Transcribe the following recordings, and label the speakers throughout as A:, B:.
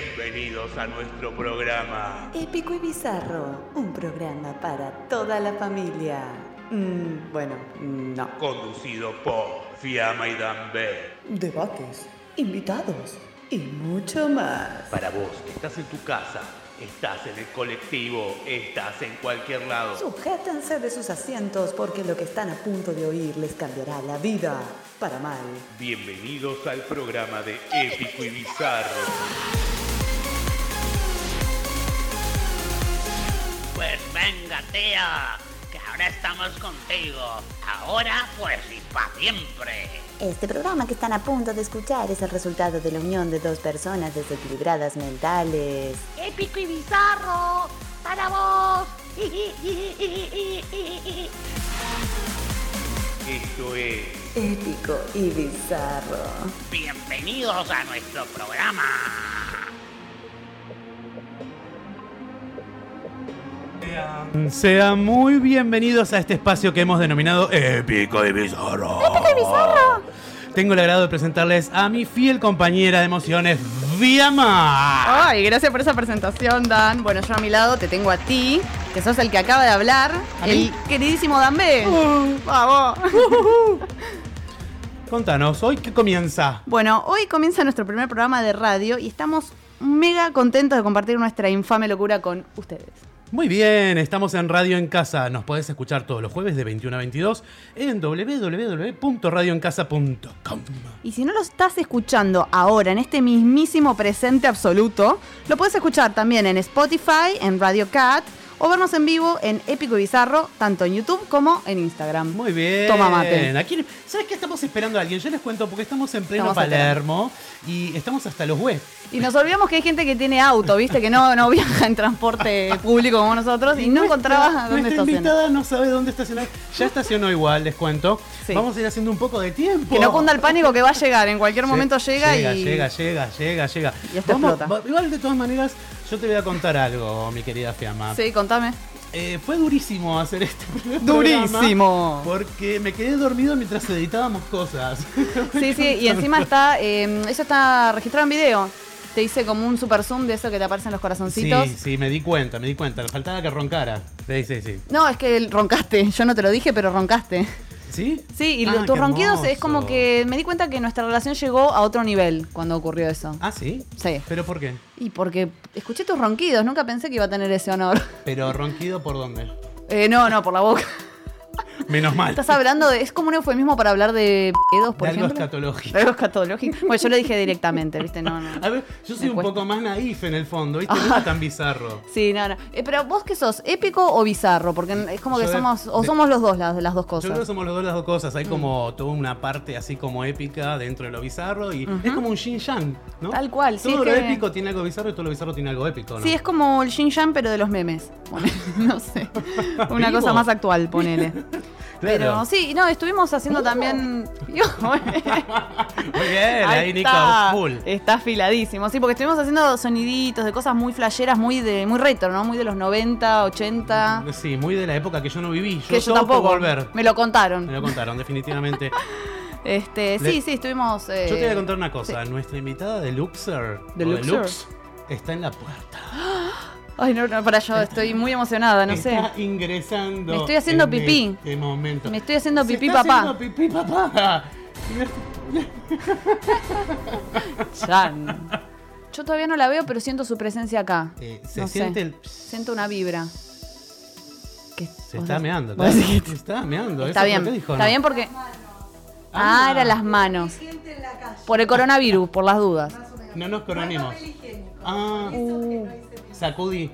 A: Bienvenidos a nuestro programa.
B: Épico y bizarro, un programa para toda la familia. Mm, bueno, no.
A: Conducido por Fiamma y Dambé.
B: Debates, invitados y mucho más.
A: Para vos, que estás en tu casa, estás en el colectivo, estás en cualquier lado.
B: Sujétense de sus asientos porque lo que están a punto de oír les cambiará la vida para mal.
A: Bienvenidos al programa de Épico y Bizarro.
C: Pues venga, tía, que ahora estamos contigo. Ahora, pues y para siempre.
B: Este programa que están a punto de escuchar es el resultado de la unión de dos personas desequilibradas mentales.
D: épico y bizarro para vos.
A: Esto es
B: Épico y bizarro.
C: Bienvenidos a nuestro programa.
E: Sean muy bienvenidos a este espacio que hemos denominado Épico y Bizarro. ¡Épico y Bizarro! Tengo el agrado de presentarles a mi fiel compañera de emociones, Viama.
F: Ay, gracias por esa presentación, Dan. Bueno, yo a mi lado te tengo a ti, que sos el que acaba de hablar,
E: ¿A
F: el
E: mí? Uh,
F: queridísimo Dan B. Vamos.
E: Contanos, ¿hoy qué comienza?
F: Bueno, hoy comienza nuestro primer programa de radio y estamos mega contentos de compartir nuestra infame locura con ustedes.
E: Muy bien, estamos en Radio en Casa. Nos podés escuchar todos los jueves de 21 a 22 en www.radioencasa.com.
F: Y si no lo estás escuchando ahora, en este mismísimo presente absoluto, lo puedes escuchar también en Spotify, en Radio Cat o vernos en vivo en Épico y Bizarro, tanto en YouTube como en Instagram.
E: Muy bien.
F: Toma mate.
E: ¿A quién- ¿Sabes qué estamos esperando a alguien? Yo les cuento porque estamos en pleno
F: Estamos
E: Palermo y estamos hasta los web.
F: Y nos olvidamos que hay gente que tiene auto, viste, que no, no viaja en transporte público como nosotros y no encontraba dónde
E: Nuestra
F: estacionar.
E: invitada no sabe dónde estacionar. Ya estacionó igual, les cuento.
F: Sí.
E: Vamos a ir haciendo un poco de tiempo.
F: Que no cunda el pánico que va a llegar, en cualquier momento llega,
E: llega,
F: y.
E: Llega, llega, llega, llega.
F: Y esto
E: Vamos-
F: explota.
E: va- igual, de todas maneras, yo te voy a contar algo, mi querida Fiamma.
F: Sí, contame.
E: Eh, fue durísimo hacer este primer programa
F: Durísimo.
E: Porque me quedé dormido mientras editábamos cosas.
F: Sí, sí, y encima está. eh, eso está registrado en video. Te hice como un super zoom de eso que te aparecen los corazoncitos.
E: Sí, sí, me di cuenta, me di cuenta. Le faltaba que roncara. Sí, sí, sí.
F: No, es que roncaste. Yo no te lo dije, pero roncaste.
E: ¿Sí?
F: Sí, y
E: Ah,
F: lo- tus
E: qué
F: ronquidos es
E: hermoso.
F: como que me di cuenta que nuestra relación llegó a otro nivel cuando ocurrió eso.
E: Ah, sí.
F: Sí.
E: ¿Pero por qué?
F: Y porque escuché tus ronquidos, nunca pensé que iba a tener ese honor.
E: ¿Pero ronquido por dónde?
F: Eh, no, no, por la boca.
E: Menos mal.
F: Estás hablando de. Es como un eufemismo para hablar de pedos, por
E: de algo
F: ejemplo.
E: escatológico.
F: De algo escatológico. Bueno, yo lo dije directamente, ¿viste? No, no.
E: A ver, yo soy
F: Me
E: un
F: cuesta.
E: poco más naif en el fondo, ¿viste? No es tan bizarro.
F: Sí, no, no. Eh, pero vos qué sos, épico o bizarro? Porque es como que
E: Yo de-
F: somos. O
E: de-
F: somos los dos las, las dos
E: Yo creo que
F: cosas. Mm.
E: somos los dos las dos cosas. Hay como toda una parte así como épica dentro de lo bizarro y es como un yin yang, ¿no?
F: Tal cual, sí,
E: Todo
F: es
E: lo
F: que-
E: épico tiene algo bizarro y todo lo bizarro tiene algo épico, ¿no?
F: Sí, es como el Jin Yang, pero de los memes. Ponele, no sé. Una
E: Vivo.
F: cosa más actual, ponele.
E: Claro.
F: Pero sí, no, estuvimos haciendo también.
E: Muy bien, ahí, Nico,
F: está. Eh,
E: full.
F: Está afiladísimo, sí, porque estuvimos haciendo soniditos de cosas muy flasheras, muy de muy retro, ¿no? Muy de los 90, 80.
E: Sí, muy de la época que yo no viví. Yo
F: ah. que yo
E: solo
F: tampoco.
E: puedo volver.
F: Me lo contaron.
E: Me lo contaron, definitivamente.
F: Este,
E: Le-
F: sí, sí, estuvimos. eh,
E: Yo te voy a contar una cosa. Nuestra invitada de Luxor, o de
F: Luxor.
E: Lux, está en la puerta.
F: Ay, no, no, para yo estoy muy emocionada, no sé.
E: Está ingresando.
F: Me estoy haciendo
E: en
F: pipí.
E: Este momento.
F: Me estoy haciendo
E: Se
F: pipí,
E: está
F: papá.
E: haciendo pipí, papá.
F: Chan. Yo todavía no la veo, pero siento su presencia acá.
E: Eh, se
F: No sé.
E: siente el.
F: Siento una vibra. Que-
E: Se
F: vos
E: está
F: decís-
E: meando.
F: vos
E: claro.
F: decís que-
E: Se está meando.
F: Está
E: eso
F: bien.
E: fue lo que dijo,
F: está
E: ¿no?
F: bien porque. Ah,
E: Ah.
F: era las manos. Por el coronavirus, por las dudas.
E: No nos coronemos. Ah, sacudí.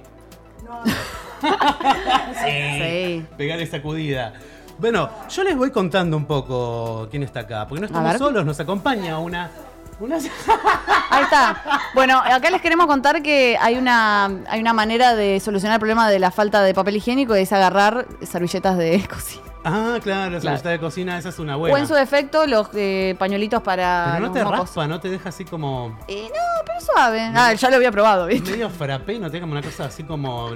F: Sí.
E: Pegarle sacudida. Bueno, yo les voy contando un poco quién está acá. Porque no estamos
F: ver.
E: solos, nos acompaña una. Una.
F: Ahí está. Bueno, acá les queremos contar que hay una, hay una manera de solucionar el problema de la falta de papel higiénico, es agarrar servilletas de cocina.
E: Ah, claro, la
F: Claro.
E: salita de cocina, esa es una
F: O
E: buena.
F: en su defecto, los eh, pañuelitos para
E: Pero no
F: los
E: te
F: mocos.
E: raspa, no te deja así como.
F: Eh, no, pero suave. Ah, ya lo había probado, ¿viste?
E: medio frappé, no te deja como una cosa así como.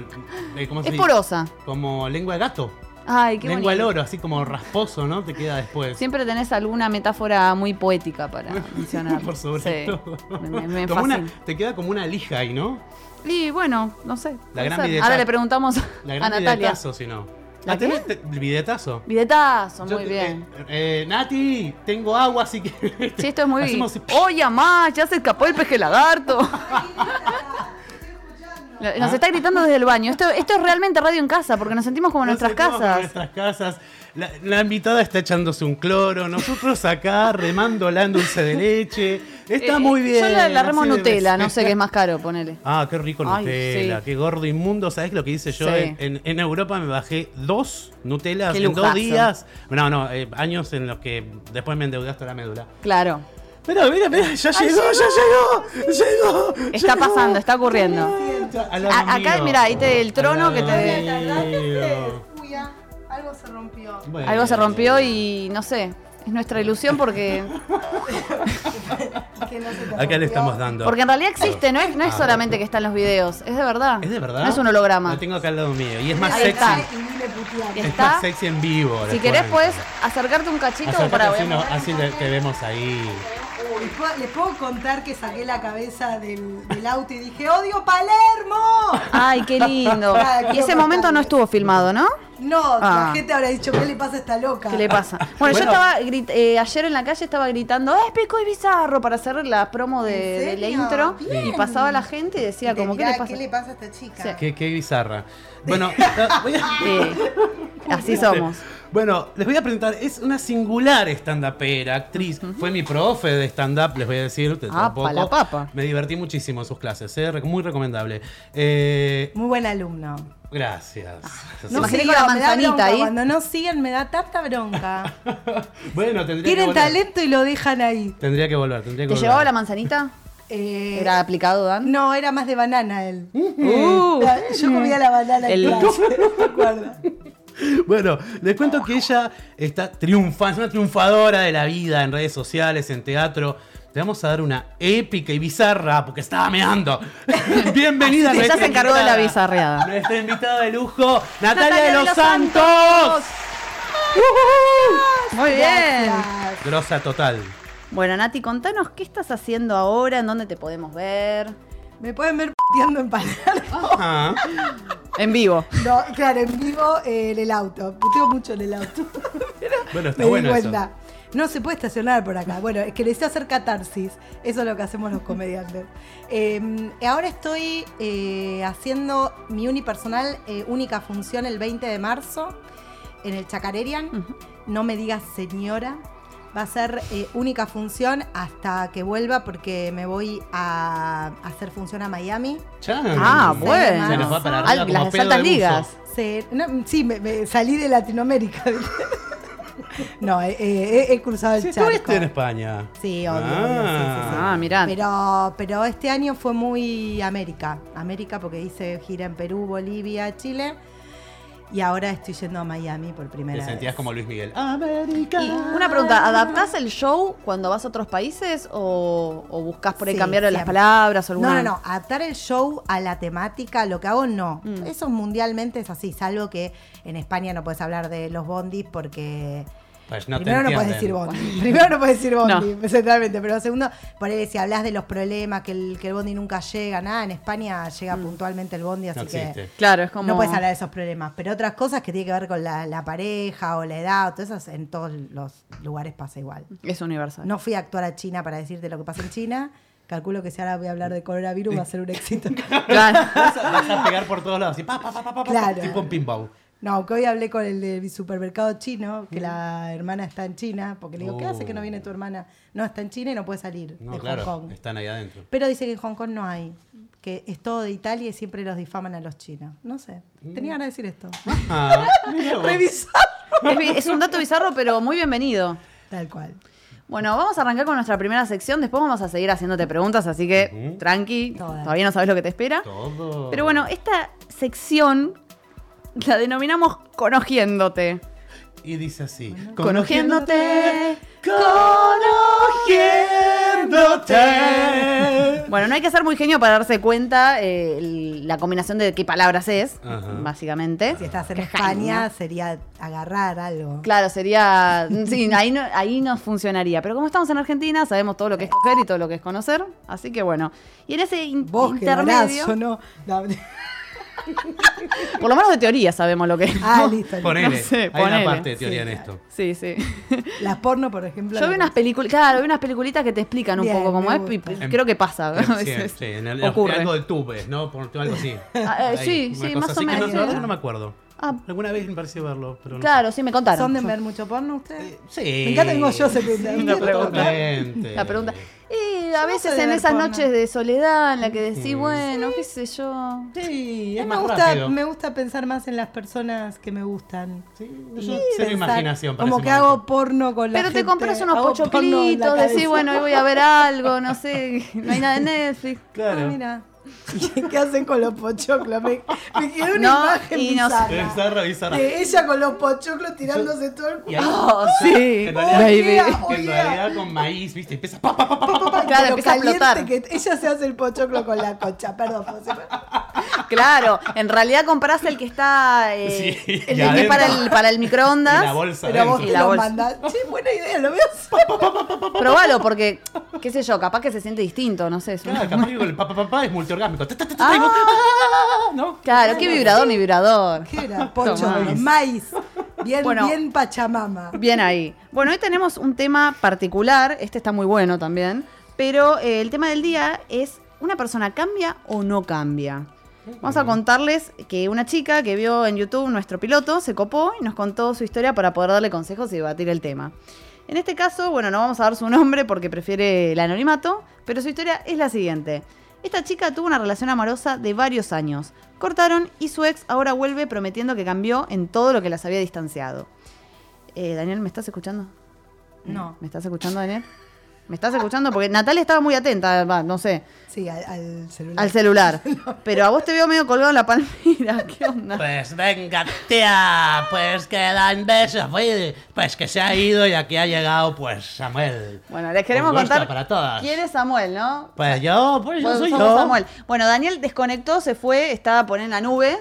E: eh, ¿cómo se
F: Es
E: dice?
F: porosa.
E: Como lengua de gato.
F: Ay, qué
E: Lengua al
F: bonito.
E: oro, así como rasposo, ¿no? Te queda después.
F: Siempre tenés alguna metáfora muy poética para mencionar.
E: Por sobre
F: Sí.
E: todo.
F: Me, me
E: Como una-
F: fascina.
E: te queda como una lija ahí, ¿no?
F: Y bueno, no sé.
E: La
F: puede
E: gran
F: ser.
E: videta-
F: Ahora le preguntamos
E: La
F: a
E: gran
F: Natalia.
E: videtazo, si no.
F: ¿La
E: Ah, tenés te- Videtazo.
F: Videtazo,
E: Yo
F: muy
E: te-
F: bien.
E: eh, eh, Nati, tengo agua, así que.
F: Sí, esto es muy.
E: Hacemos así,
F: ¡Oye, mamá! Ya se escapó el peje lagarto. Lo- Nos
E: Ah.
F: está gritando desde el baño. Esto, esto es realmente radio en casa, porque nos sentimos como en
E: Nos
F: nuestras
E: sentimos como en
F: casas.
E: nuestras casas. La, la invitada está echándose un cloro, nosotros acá remándola en dulce de leche. Está
F: Eh,
E: muy bien.
F: Yo la, la remo
E: así debe
F: Nutella,
E: ser.
F: no sé qué es más caro, ponele.
E: Ah, qué rico
F: Ay,
E: Nutella,
F: sí.
E: qué gordo inmundo. ¿Sabes lo que hice yo?
F: Sí.
E: En, en- en Europa me bajé dos Nutellas
F: Qué
E: en dos
F: lujazo.
E: días. No, no, eh, años en los que después me endeudé hasta la médula.
F: Claro.
E: Mira, mira, mira, ya llegó, ya llegó, llegó.
F: Está
E: llegó.
F: pasando, está ocurriendo.
E: Ah, al lado
F: A- acá,
E: mío.
F: mira, ahí te el trono
E: Al
F: que
E: lado
F: te.
E: mío.
G: Algo se rompió.
E: Bueno.
F: Algo se rompió y no sé. Es nuestra ilusión porque.
G: Que no se te
E: Acá le
G: rompió.
E: estamos dando.
F: Porque en realidad existe, no es, no es
E: Ah,
F: solamente que está en los videos, es de verdad.
E: ¿Es de verdad?
F: No es un holograma.
E: Lo tengo acá al lado mío. Y es más
F: Ahí
E: sexy.
F: está.
G: Y ¿eh? ni le putearon.
E: Es
F: Está.
E: más sexy en vivo.
F: Si
E: después.
F: querés, puedes acercarte un cachito
E: Acercate
F: para
E: así, no- así te, te vemos ahí.
G: Les puedo- Les puedo contar que saqué la cabeza del, del auto y dije, ¡Odio Palermo!
F: Ay, qué lindo.
G: Nada,
F: Y ese
G: quiero
F: momento no
G: contarles.
F: estuvo filmado, ¿no?
G: No,
F: Ah.
G: la gente habrá dicho, ¿qué le pasa a esta loca?
F: ¿Qué le pasa? Ah, Bueno, yo
E: Bueno.
F: estaba grit- eh, ayer en la calle estaba gritando, ¡es pico y bizarro! para hacer la promo de,
G: ¿En
F: de la
G: serio?
F: intro.
G: Bien.
F: Y pasaba la gente y decía,
G: Te
F: como, ¿qué
G: dirá,
F: le pasa?
G: a esta chica?
F: Sí.
E: Qué, qué bizarra. Bueno, la- voy a-
F: Eh, así somos.
E: Bueno, les voy a presentar, es una singular stand-upera, actriz. Fue mi profe de stand-up, les voy a decir. te-
F: Ah,
E: tampoco.
F: pa' la papa.
E: Me divertí muchísimo en sus clases, eh, re- muy recomendable. Eh,
G: Muy buen alumno.
E: gracias.
F: Se imagina
G: sigan,
F: con la
G: me da
F: manzanita
G: bronca.
F: ahí.
G: Cuando no siguen me da tanta bronca.
E: bueno, tendría que
G: Tienen
E: volver.
G: talento y lo dejan ahí.
E: Tendría que volver, tendría que
F: ¿Te
E: volver.
F: llevaba la manzanita?
G: Eh,
F: ¿Era aplicado, Dan?
G: No, era más de banana él.
F: Uh.
G: La- Yo comía la banana en
F: El-
G: clase, ¿te acuerdas?
E: Bueno, les cuento que ella está triunfando, es una triunfadora de la vida en redes sociales, en teatro. Le vamos a dar una épica y bizarra porque estaba meando. Bienvenida a
F: Ella
E: nuestra
F: se encargó de la
E: invitada.
F: bizarreada.
E: Nuestra invitada de lujo, Natalia,
F: Natalia
E: de los, Santos.
F: Muy bien.
E: Grosa total.
F: Bueno, Nati, contanos qué estás haciendo ahora, en dónde te podemos ver.
G: Me pueden ver puteando en Palermo.
F: Oh.
E: Ajá.
F: En vivo.
G: No, claro, en vivo eh, en el auto. Puteo mucho en el auto.
E: Bueno, está
G: Me di
E: bueno eso.
G: cuenta. No se puede estacionar por acá. Bueno, es que deseo hacer catarsis. Eso es lo que hacemos los comediantes. Eh, ahora estoy eh, haciendo mi unipersonal eh, única función el 20 de marzo en el Chacarerian. No me digas señora. Va a ser eh, única función hasta que vuelva porque me voy a hacer función a Miami.
E: Chan.
F: Ah, bueno.
E: Se nos va para arriba
F: Al-
E: como
F: las
E: pedo de
F: altas
E: buzo.
F: ligas.
G: Se- no, sí, me, me salí de Latinoamérica. no, eh, eh, he, he cruzado el
E: Sí,
G: charco.
E: estuviste en España.
G: Sí, obvio, obvio, sí, sí, sí.
F: Ah, mirá.
G: Pero, pero este año fue muy América. América porque hice gira en Perú, Bolivia, Chile. Y ahora estoy yendo a Miami por primera
E: Te
G: vez.
E: sentías como Luis Miguel.
F: Y una
G: Ah.
F: pregunta, ¿adaptás el show cuando vas a otros países o, o buscas por ahí
G: Sí,
F: cambiarle las
G: siempre.
F: palabras o
G: No,
F: alguna?
G: no, no. Adaptar el show a la temática, lo que hago no.
F: Mm.
G: Eso mundialmente es así, salvo que en España no puedes hablar de los bondis porque.
E: Pues no te
G: Primero no puedes
E: entienden.
G: decir bondi. Primero no puedes decir bondi, centralmente. Pero segundo, por ahí si hablas de los problemas, que el, que el bondi nunca llega, nada. En España llega puntualmente el bondi, así
E: No
G: que.
E: existe.
F: Claro, es como.
G: No puedes hablar de esos problemas, pero otras cosas que tienen que ver con la, la pareja o la edad, o todo eso en todos los lugares pasa igual.
F: Es universal.
G: No fui a actuar a China para decirte lo que pasa en China. Calculo que si ahora voy a hablar de coronavirus va a ser un éxito.
F: Claro.
E: Vas a, vas a pegar por todos lados. Y pa, pa, pa, pa, pa, pa,
G: Claro.
E: Tipo un pinball.
G: No, aunque hoy hablé con el del supermercado chino, que la hermana está en China, porque le digo, ¿qué hace que no viene tu hermana? No, está en China y no puede salir
E: No,
G: de
E: claro.
G: Hong Kong.
E: Están ahí adentro.
G: Pero dice que en Hong Kong no hay, que es todo de Italia y siempre los difaman a los chinos. No sé, tenía ganas de decir esto.
E: Ah, mira vos.
F: Es, bi- es un dato bizarro, pero muy bienvenido.
G: Tal cual.
F: Bueno, vamos a arrancar con nuestra primera sección. Después vamos a seguir haciéndote preguntas, así que tranqui.
G: Todas.
F: Todavía no sabes lo que te espera.
E: Todo.
F: Pero bueno, esta sección la denominamos Conogiéndote.
E: Y dice así.
F: Conociéndote,
H: Conociéndote.
F: Bueno, no hay que ser muy genio para darse cuenta eh, el- la combinación de qué palabras es,
H: Ajá.
F: básicamente.
G: Si estás en España, sería agarrar algo.
F: Claro, sería. mm, Sí, ahí no, ahí no funcionaría. Pero como estamos en Argentina, sabemos todo lo que es coger y todo lo que es conocer. Así que bueno. Y en ese in-
G: Vos, que
F: intermedio.
G: brazo, ¿no? No,
F: Por lo menos de teoría sabemos lo que es.
G: Ah, listo. listo.
H: Ponele.
F: No sé,
H: Hay
F: ponele.
H: una parte de teoría
G: Sí,
H: en
G: claro.
H: esto.
F: Sí, sí.
G: Las porno, por ejemplo.
F: Yo
G: lo
F: vi unas
G: conozco.
F: películas. Claro, vi unas peliculitas que te explican un
G: Bien,
F: poco cómo
G: me
F: es. y
G: gusta.
F: p- creo que pasa. a
H: Em, Sí,
F: veces.
H: sí, en el,
F: Ocurre.
H: algo del tube, ¿no? Por- algo así.
F: Ah, eh,
H: Ahí,
F: sí,
H: una cosa
F: sí, más o
H: así que
F: menos.
H: No, la verdad no me acuerdo.
F: Ah,
H: Alguna vez me pareció verlo, pero no
F: claro, sí, me contaron.
G: ¿Son de ver mucho porno
E: Eh,
G: ustedes?
H: Sí.
G: Me encanta cómo yo se
F: una pregunta.
H: Totalmente.
F: La pregunta. Y a
G: no
F: veces
G: soy de
F: en
G: ver
F: esas
G: porno.
F: noches de soledad en la que
H: Sí.
F: decís, bueno, qué sé yo.
H: Sí, es
G: Eh, me,
H: más
G: gusta,
H: rápido.
G: me gusta pensar más en las personas que me gustan.
H: Sí,
G: Y
H: eso es mi
G: pensar
H: imaginación. para
G: Como
H: ese
G: que
H: momento.
G: hago porno con la
F: Pero te
G: gente,
F: compras unos
G: hago porno en la
F: pochoclitos, decís,
G: cabeza.
F: bueno, hoy voy a ver algo, no sé, no hay nada en Netflix.
G: Ah,
H: Claro.
G: mira. ¿Qué hacen con los pochoclos? Me, me quedó una
F: No,
G: imagen
F: y no
G: bizarra.
H: Bizarra, bizarra.
G: De ella con los pochoclos tirándose todo el culo.
H: Y ahí-
F: Oh, sí,
H: en realidad-
F: baby.
G: yeah.
H: que en realidad con maíz, viste, empieza pa, pa, pa, pa, pa, pa, pa.
F: Claro,
G: Lo
F: empieza a
G: caliente
F: explotar.
G: que ella se hace el pochoclo con la cocha. Perdón, José.
F: Claro, en realidad compras el que está, eh,
H: Sí,
F: el
H: y
F: que es
H: adentro.
F: para el, para el microondas.
H: Y la bolsa
G: Pero vos
H: adentro.
F: Y
G: te
F: la
G: lo
F: bolsa.
G: mandás. Che, buena idea, lo veo así.
F: Probalo, porque, qué sé yo, capaz que se siente distinto, no sé. es una-
H: Claro, capaz que con el papá papá es multiorgásmico. Ta, ta, ta, ta, ta, y vos-
F: Ah,
H: ¿No?
F: claro, qué vibrador ni vibrador.
G: ¿Qué era? Pochoclo,
F: Tomás.
G: maíz. Bien,
F: Bueno.
G: bien pachamama.
F: Bien ahí. Bueno, hoy tenemos un tema particular, este está muy bueno también, pero eh, el tema del día es, ¿una persona cambia o no cambia? Vamos a contarles que una chica que vio en YouTube nuestro piloto se copó y nos contó su historia para poder darle consejos y debatir el tema. En este caso, bueno, no vamos a dar su nombre porque prefiere el anonimato, pero su historia es la siguiente. Esta chica tuvo una relación amorosa de varios años. Cortaron y su ex ahora vuelve prometiendo que cambió en todo lo que las había distanciado. Eh, Daniel, ¿me estás escuchando? Mm,
G: No.
F: ¿Me estás escuchando, Daniel? ¿Me estás escuchando? Porque Natalia estaba muy atenta, va, no sé,
G: Sí, al, al celular.
F: al celular. Pero a vos te veo medio colgado en la palmira. ¿Qué onda?
E: Pues venga, tía, pues que dan besos, pues, pues que se ha ido y aquí ha llegado pues Samuel.
F: Bueno, les queremos
E: Un gusto
F: contar
E: para todas.
F: quién es Samuel, ¿no?
E: Pues yo, pues yo
F: Bueno,
E: soy
F: somos
E: yo.
F: Samuel. Bueno, Daniel desconectó, se fue, estaba por en la nube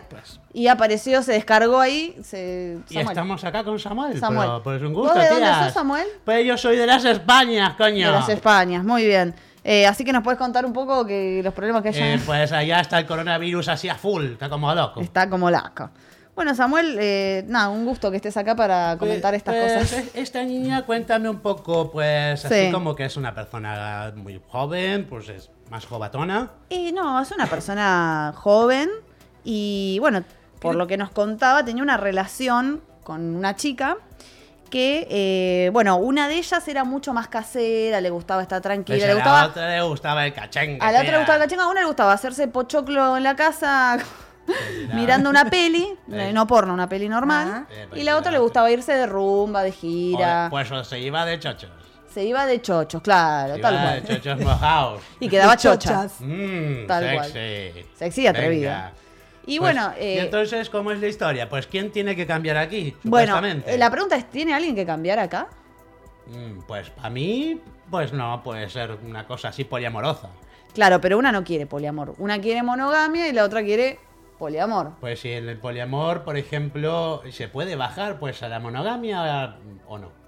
F: y apareció, se descargó ahí. Se...
E: Y
F: Samuel.
E: estamos acá con Samuel.
F: Samuel.
E: Pero, pues un
F: ¿Vos
E: gusto,
F: de dónde
E: tías.
F: sos, Samuel?
E: Pues yo soy de las Españas, coño.
F: De las Españas, muy bien. Eh, así que nos puedes contar un poco que los problemas que hay.
E: Eh, pues allá está el coronavirus así a full, está como loco.
F: Está como laca. Bueno, Samuel, eh, nada, un gusto que estés acá para comentar estas
E: Pues,
F: cosas.
E: es- Esta niña, cuéntame un poco, pues
F: Sí.
E: así como que es una persona muy joven, pues es más jovatona.
F: Eh, no, es una persona joven y bueno, por lo que nos contaba, tenía una relación con una chica que, eh, bueno, una de ellas era mucho más casera, le gustaba estar tranquila,
E: Pues
F: le
E: a la
F: gustaba...
E: otra le gustaba el cachengue.
F: A la otra le
E: tía.
F: gustaba la chinga, a una le gustaba hacerse pochoclo en la casa mirando una peli, eh, no porno, una peli normal,
E: Ah.
F: y la otra le gustaba irse de rumba, de gira,
E: Joder, Pues o se iba de chochos.
F: se iba de chochos, claro,
E: Se iba
F: tal
E: de
F: cual.
E: chochos mojados.
F: Y quedaba chocha.
E: Mmm,
F: Tal cual.
E: sexy.
F: Sexy y atrevida.
E: Venga.
F: Y
E: Pues,
F: bueno,
E: ¿y
F: eh,
E: entonces cómo es la historia? Pues ¿quién tiene que cambiar aquí?
F: Bueno,
E: supuestamente?
F: eh, la pregunta es, ¿tiene alguien que cambiar acá?
E: Mm, Pues para mí, pues no, puede ser una cosa así poliamorosa.
F: Claro, pero una no quiere poliamor. Una quiere monogamia y la otra quiere poliamor.
E: Pues si en el poliamor, por ejemplo, se puede bajar pues a la monogamia o no.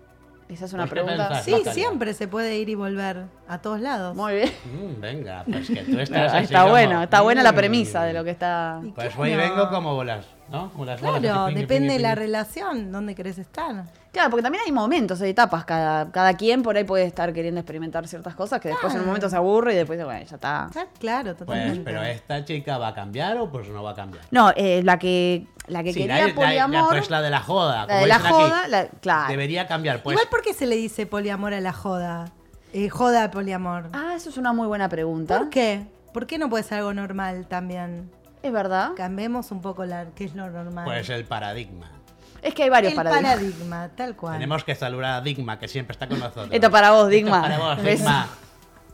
F: Esa es una
E: ¿Por Pues, qué
F: pregunta.
E: pensás?
G: Sí,
E: Natalia.
G: siempre se puede ir y volver a todos lados.
F: Muy bien.
E: Mm, venga, pues que tú estás
F: Está,
E: así como,
F: bueno, está buena la
E: mm,
F: premisa de lo que está.
G: Y
E: Pues
G: claro.
E: voy y vengo como bolas, ¿no? Como las bolas,
G: Claro,
E: así, ping,
G: depende
E: ping,
G: de la
E: ping.
G: relación, dónde querés estar.
F: Claro, porque también hay momentos, hay etapas. Cada, cada quien por ahí puede estar queriendo experimentar ciertas cosas que después en un momento se aburre y después, bueno, ya está.
G: Ah, Claro,
E: Pues,
G: totalmente.
E: pero esta chica va a cambiar o pues no va a cambiar.
F: No, eh, la que la que
E: Sí, la-
F: quería
E: la- la-
F: poliamor,
E: pues la de la joda.
F: la de
E: como
F: la
E: dicen aquí.
F: joda, la- claro.
E: Debería cambiar, pues.
G: Igual, ¿por qué se le dice poliamor a la joda? Eh, joda a poliamor.
F: Ah, eso es una muy buena pregunta.
G: ¿Por qué? ¿Por qué no puede ser algo normal también?
F: Es verdad.
G: Cambiemos un poco la, qué es lo normal.
E: Pues el paradigma.
F: Es que hay varios
G: el
F: paradigmas.
G: paradigma, tal cual.
E: Tenemos que saludar a Digma, que siempre está con nosotros.
F: Esto para vos, Digma.
E: Esto para vos,
F: Beso.
E: Digma.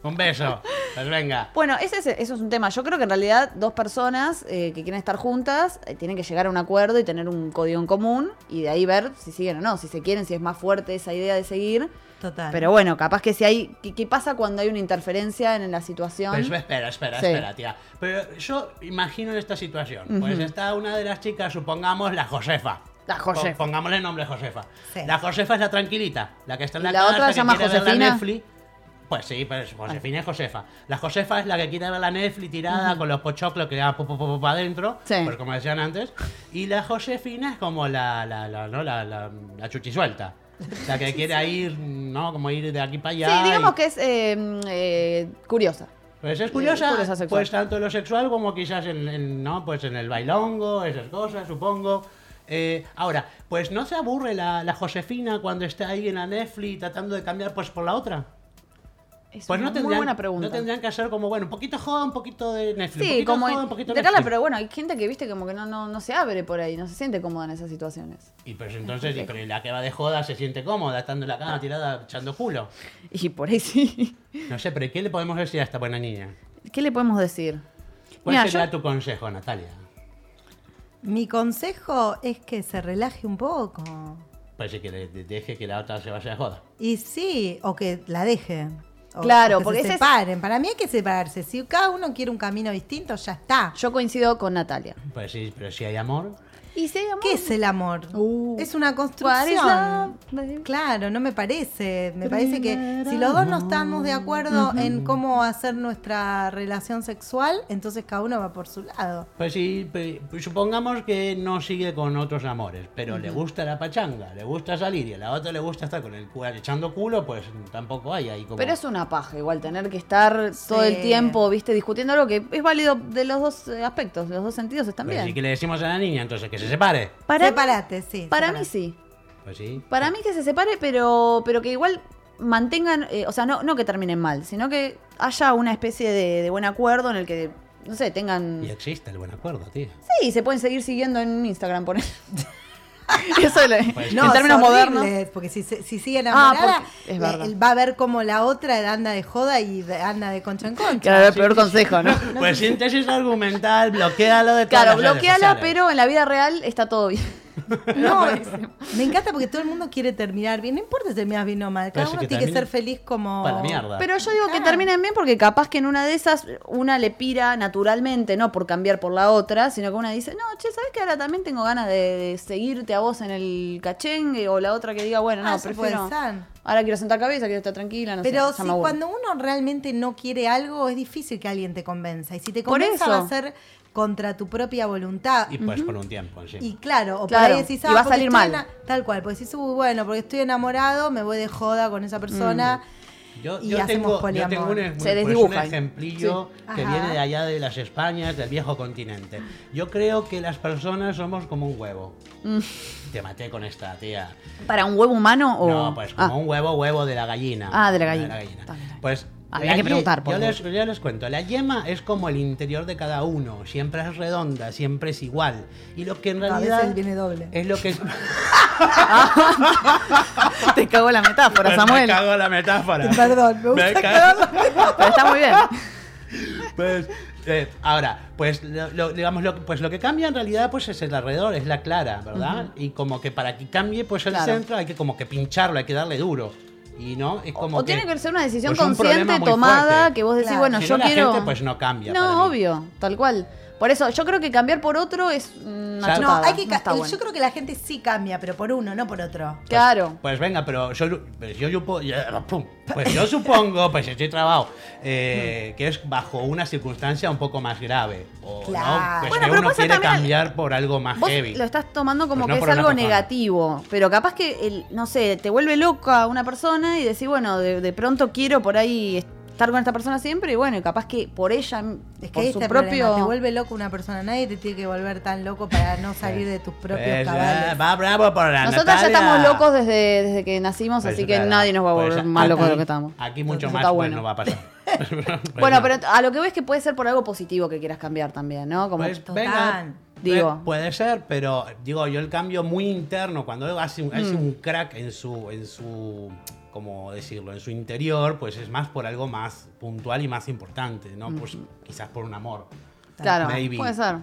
E: Un beso. Pues venga.
F: Bueno, ese es- eso es un tema. Yo creo que en realidad dos personas eh, que quieren estar juntas eh, tienen que llegar a un acuerdo y tener un código en común y de ahí ver si siguen o no, si se quieren, si es más fuerte esa idea de seguir.
G: Total.
F: Pero bueno, capaz que si hay. ¿Qué, qué pasa cuando hay una interferencia en la situación?
E: Pero espera, espera,
F: Sí.
E: espera, tía. Pero yo imagino en esta situación. Pues está una de las chicas, supongamos la Josefa.
F: La Josefa.
E: Po- Pongámosle el nombre Josefa.
G: Sí.
E: La Josefa es la tranquilita, la que está en la,
F: ¿Y la
E: casa,
F: otra se
E: que
F: llama
E: quiere ver la
F: Josefina?
E: Netflix. Pues sí, pues Josefina es Josefa. La Josefa es la que quiere ver la Netflix tirada con los pochoclos que va para adentro,
F: Sí.
E: pues como decían antes. Y la Josefina es como la, la, la, ¿no? la, la, la chuchisuelta. La que quiere ir, ¿no? Como ir de aquí para
F: sí,
E: allá.
F: digamos
E: y-
F: que es eh, eh, curiosa.
E: pues es curiosa,
F: Sí, curiosa sexual.
E: pues tanto en lo sexual como quizás en, en, ¿no? pues en el bailongo, esas cosas, supongo. Eh, ahora, pues no se aburre la, la Josefina cuando está ahí en la Netflix tratando de cambiar pues por la otra.
F: Es
E: Pues
F: una
E: no
F: muy
E: tendrían,
F: buena pregunta.
E: no tendrían que hacer como, bueno, un poquito joda, un poquito de Netflix. un
F: Sí,
E: poquito
F: como
E: joda, un poquito
F: de Carla,
E: Netflix.
F: pero bueno, hay gente que viste como que no, no, no se abre por ahí, no se siente cómoda en esas situaciones.
E: Y pues entonces, y, pero la que va de joda se siente cómoda, estando en la cama tirada, echando culo.
F: Y por ahí sí.
E: No sé, pero ¿qué le podemos decir a esta buena niña?
F: ¿Qué le podemos decir?
E: ¿Cuál
F: Mira,
E: sería
F: yo-
E: tu consejo, Natalia?
G: Mi consejo es que se relaje un poco.
E: Parece que le Pues de- deje que la otra se vaya de joda.
G: Y sí, o que la dejen. O-
F: Claro,
G: o que
F: porque
G: se
F: ese es-
G: separen. Para mí hay que separarse. Si cada uno quiere un camino distinto, ya está.
F: Yo coincido con Natalia.
E: Pues sí, pero si hay amor.
F: ¿Y si hay amor?
G: ¿Qué es el amor?
F: Uh.
G: es
F: What
G: una
F: is
G: construcción.
F: love?
G: Claro, no me parece. Me parece que si los dos no estamos de acuerdo en cómo hacer nuestra relación sexual, entonces cada uno va por su lado.
E: Pues sí, pe- pues supongamos que no sigue con otros amores, pero le gusta la pachanga, le gusta salir y a la otra le gusta estar con el cu- echando culo, pues tampoco hay ahí como... pues
F: Pero es una paja igual tener que estar todo el
G: Sí.
F: tiempo, viste, discutiendo algo que es válido de los dos eh, aspectos, de los dos sentidos están
E: Pues sí
F: bien.
E: que le decimos a la niña, entonces que se separe.
F: Para,
G: Separate, sí.
F: para
G: separate.
F: mí sí.
E: Pues sí.
F: Para mí que se separe, pero, pero que igual mantengan, eh, o sea, no, no que terminen mal, sino que haya una especie de, de buen acuerdo en el que, no sé, tengan...
E: Y existe el buen acuerdo, tío.
F: Sí, se pueden seguir siguiendo en Instagram, por Eso es lo-
E: Pues
F: en
E: No,
F: términos
G: es horrible,
F: modernos.
G: Porque si, se- si sigue
F: Ah,
G: enamorada,
F: porque- es
G: la-
F: verdad.
G: él va a ver como la otra anda de joda y de- anda de concha en concha.
F: Claro, el peor consejo, ¿no?
E: Pues síntesis argumental, bloquealo de todas
F: Claro,
E: las redes
F: bloqueala,
E: sociales.
F: pero en la vida real está todo bien.
G: No, me encanta porque todo el mundo quiere terminar bien. No importa si terminas bien o mal. Cada
E: Parece
G: uno
E: que
G: tiene que
E: termina-
G: ser feliz como.
E: Para la mierda.
F: Pero yo digo que terminen bien porque capaz que en una de esas una le pira naturalmente, no por cambiar por la otra, sino que una dice, no, che, ¿sabes que ahora también tengo ganas de, de seguirte a vos en el cachengue? O la otra que diga, bueno, no,
G: Ah, eso puede
F: prefiero...
G: ser.
F: Ahora quiero sentar cabeza, quiero estar tranquila, no
G: Pero
F: sé. ya
G: si
F: me aburro".
G: cuando uno realmente no quiere algo, es difícil que alguien te convenza. Y si te
F: Por
G: convenza,
F: eso.
G: va a ser contra tu propia voluntad.
E: Y
G: Y,
E: pues por un tiempo, encima.
G: claro, o
F: Claro,
G: por ahí decís,
F: y
G: ah,
F: va a
G: porque
F: salir
G: estoy
F: mal.
G: ena- Tal cual, porque decís, uy, bueno, porque estoy enamorado, me voy de joda con esa persona.
F: Mm.
E: Yo,
G: Y
E: yo
G: hacemos
E: tengo, yo tengo
G: poliamor.
E: un,
F: Se
E: pues, un
F: desdibuja.
E: ejemplillo
G: Sí.
E: que
G: Ajá.
E: viene de allá de las Españas, del viejo continente. Yo creo que las personas somos como un huevo.
G: Mm.
E: Te maté con esta, tía.
F: ¿Para un huevo humano
G: Oh.
F: o...?
E: No, pues
F: Ah.
E: como un huevo, huevo de la gallina.
F: Ah, de la gallina. Está bien.
E: Pues.
F: Había
E: la
F: que
E: ye-
F: preguntar, por
E: yo
F: favor.
E: les, yo les cuento, la yema es como el interior de cada uno, siempre es redonda, siempre es igual. Y lo que en
G: A
E: realidad
G: veces viene doble.
E: es lo que es...
F: Te cago la metáfora,
E: Pues Me
F: Samuel.
E: cago en la metáfora.
G: Perdón, me gusta
E: cago-
F: Pero está muy bien.
E: Pues, eh, ahora, pues lo, lo- digamos, lo, pues lo que cambia en realidad pues es el alrededor, es la clara, ¿verdad? Y como que para que cambie pues el
F: Claro.
E: centro hay que como que pincharlo, hay que darle duro. Y no, es como
F: o tiene que ser una decisión
E: pues, un
F: consciente
E: problema muy
F: tomada
E: fuerte.
F: que vos decís,
G: Claro.
F: bueno,
E: Si
F: yo
E: no, la
F: quiero.
E: gente, pues, no cambia para mí.
F: No, obvio, tal cual. Por eso, yo creo que cambiar por otro es una
E: ¿Sabes?
G: No,
F: chotada,
G: hay que
F: no
G: ca-
F: está bueno.
G: Yo creo que la gente sí cambia, pero por uno, no por otro.
F: Claro.
E: Pues venga, pero yo, pero yo, yo puedo- ya, pum. pues yo supongo, pues estoy trabado, eh, que es bajo una circunstancia un poco más grave. O, ¿no?
G: Claro.
E: Pues
F: Bueno,
E: que
F: pero
E: uno
F: pasa
E: quiere
F: también al-
E: cambiar por algo más
F: Vos
E: heavy.
F: lo estás tomando como
E: Pues no
F: que
E: por
F: es
E: una
F: algo
E: persona.
F: negativo, pero capaz que, el, no sé, te vuelve loca una persona y decís, bueno, de, de pronto quiero por ahí estar con esta persona siempre y bueno, y capaz que por ella,
G: Es que
F: por
G: ahí
F: su
G: está el
F: propio...
G: problema, te vuelve loco una persona, nadie te tiene que volver tan loco para no salir de tus propios
E: Pues, ah,
G: cabales.
E: va bravo por la
F: Nosotros ya
E: Ah, Natalia.
F: estamos locos desde, desde que nacimos,
E: Pues
F: así que
E: nada,
F: nadie nos va a
E: pues
F: volver
E: aquí-
F: más locos de lo que estamos.
E: Aquí mucho
F: Entonces
E: más
F: está
E: pues,
F: bueno.
E: no va a pasar. Pues
F: Bueno, pero a lo que ves que puede ser por algo positivo que quieras cambiar también, ¿no? Como
E: Pues,
G: Total.
E: venga,
F: Digo.
E: pu- Puede ser, pero digo, yo el cambio muy interno, cuando algo hace un,
F: Mm.
E: hace un crack en su, en su, como decirlo, en su interior, pues es más por algo más puntual y más importante, ¿no? Pues quizás por un amor.
F: Claro,
E: Maybe.
F: puede ser.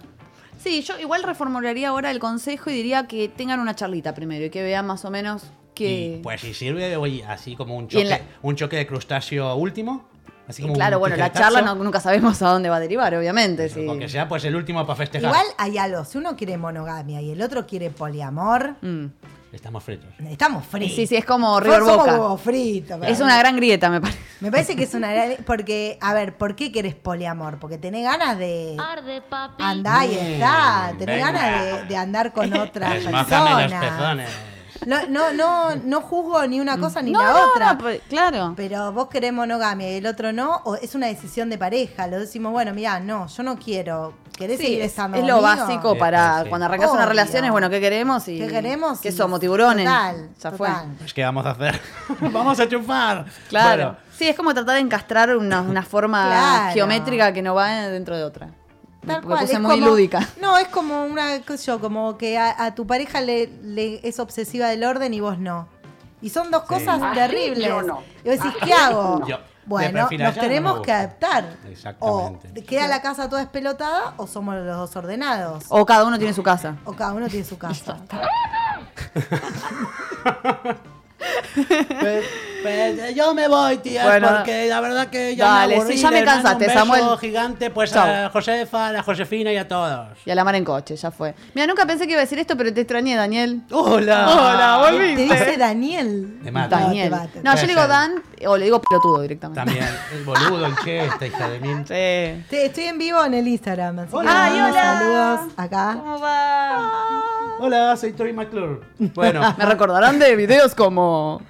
F: Sí, yo igual reformularía ahora el consejo y diría que tengan una charlita primero y que vean más o menos que.
E: Y, pues si sirve hoy así como un
F: Y
E: choque,
F: en la-
E: un choque de crustáceo último. Así como
F: claro,
E: un
F: bueno, la
E: tijeretazo,
F: charla no- nunca sabemos a dónde va a derivar, obviamente. sí.
E: Lo que sea, pues el último para festejar.
G: Igual hay algo, si uno quiere monogamia y el otro quiere poliamor,
F: Mm.
E: Estamos fritos.
G: estamos fritos.
F: Sí, sí, es como
G: Nosotros
F: River
G: somos
F: Boca.
G: huevos fritos, para
F: Es
G: mí.
F: una gran grieta, me parece.
G: Me parece que es una gran- Porque, a ver, ¿por qué querés poliamor? Porque tenés ganas de
D: Arde, papi.
G: andar
E: Mm,
G: y está. Tenés
E: venga.
G: ganas de, de andar con otra
E: Desmájame los
G: persona.
E: pezones.
G: No, no, no, no juzgo ni una cosa ni
F: No,
G: la
F: no,
G: otra.
F: no, pues, claro.
G: Pero vos querés monogamia y el otro no, o es una decisión de pareja. Lo decimos, bueno, mirá, no, yo no quiero. ¿Querés
F: Sí,
G: seguir
F: es,
G: estando
F: es lo
G: conmigo?
F: básico
E: Sí,
F: para
E: Este, sí, sí.
F: cuando arrancas una
G: Obvio.
F: relación es bueno, ¿qué queremos? Y,
G: ¿Qué queremos?
F: ¿Qué
G: Y-
F: somos? ¿Tiburones?
G: Total,
F: ya
G: total.
F: fue.
E: Pues, ¿Qué vamos a hacer? vamos a chupar.
F: Claro.
E: Bueno,
F: Sí, es como tratar de encastrar una, una forma
G: Claro.
F: geométrica que no va dentro de otra.
G: Tal
F: Me
G: cual,
F: puse
G: es
F: muy
G: como-
F: lúdica.
G: No, es como una, qué sé yo, como que a, a tu pareja le, le es obsesiva del orden y vos no. Y son dos cosas terribles. Y vos decís, ¿qué hago?
E: Yo- de
G: Bueno,
E: perfil
G: nos
E: allá no me
G: tenemos que
E: gusta.
G: adaptar.
E: Exactamente.
G: O queda la casa toda espelotada o somos los dos ordenados. O,
F: O cada uno tiene su casa.
G: cada uno tiene su casa.
E: pues- pues, yo me voy, tía,
F: Bueno.
E: porque la verdad que ya
F: Dale,
E: me aburrí.
F: sí, ya me
E: Les mando
F: cansaste,
E: un beso
F: Samuel.
E: gigante pues
F: Chau.
E: a Josefa, a la Josefina y a todos.
F: Y a la mar en coche, ya fue. Mira, nunca pensé que iba a decir esto, pero te extrañé, Daniel.
E: Hola.
F: Hola,
G: Te dice Daniel.
E: Te mata.
F: Daniel.
G: No, te mata.
F: No, yo le digo
E: Puede
F: Dan o le digo pelotudo directamente.
E: También, el boludo, el che, esta hija de mil.
F: Sí.
G: Te- estoy en vivo en el Instagram. Así que
E: Hola.
G: les mando
F: Ay, hola.
G: Saludos acá.
F: ¿Cómo va?
E: Hola, soy Tori McClure. Bueno,
F: Ah. Me recordarán de videos como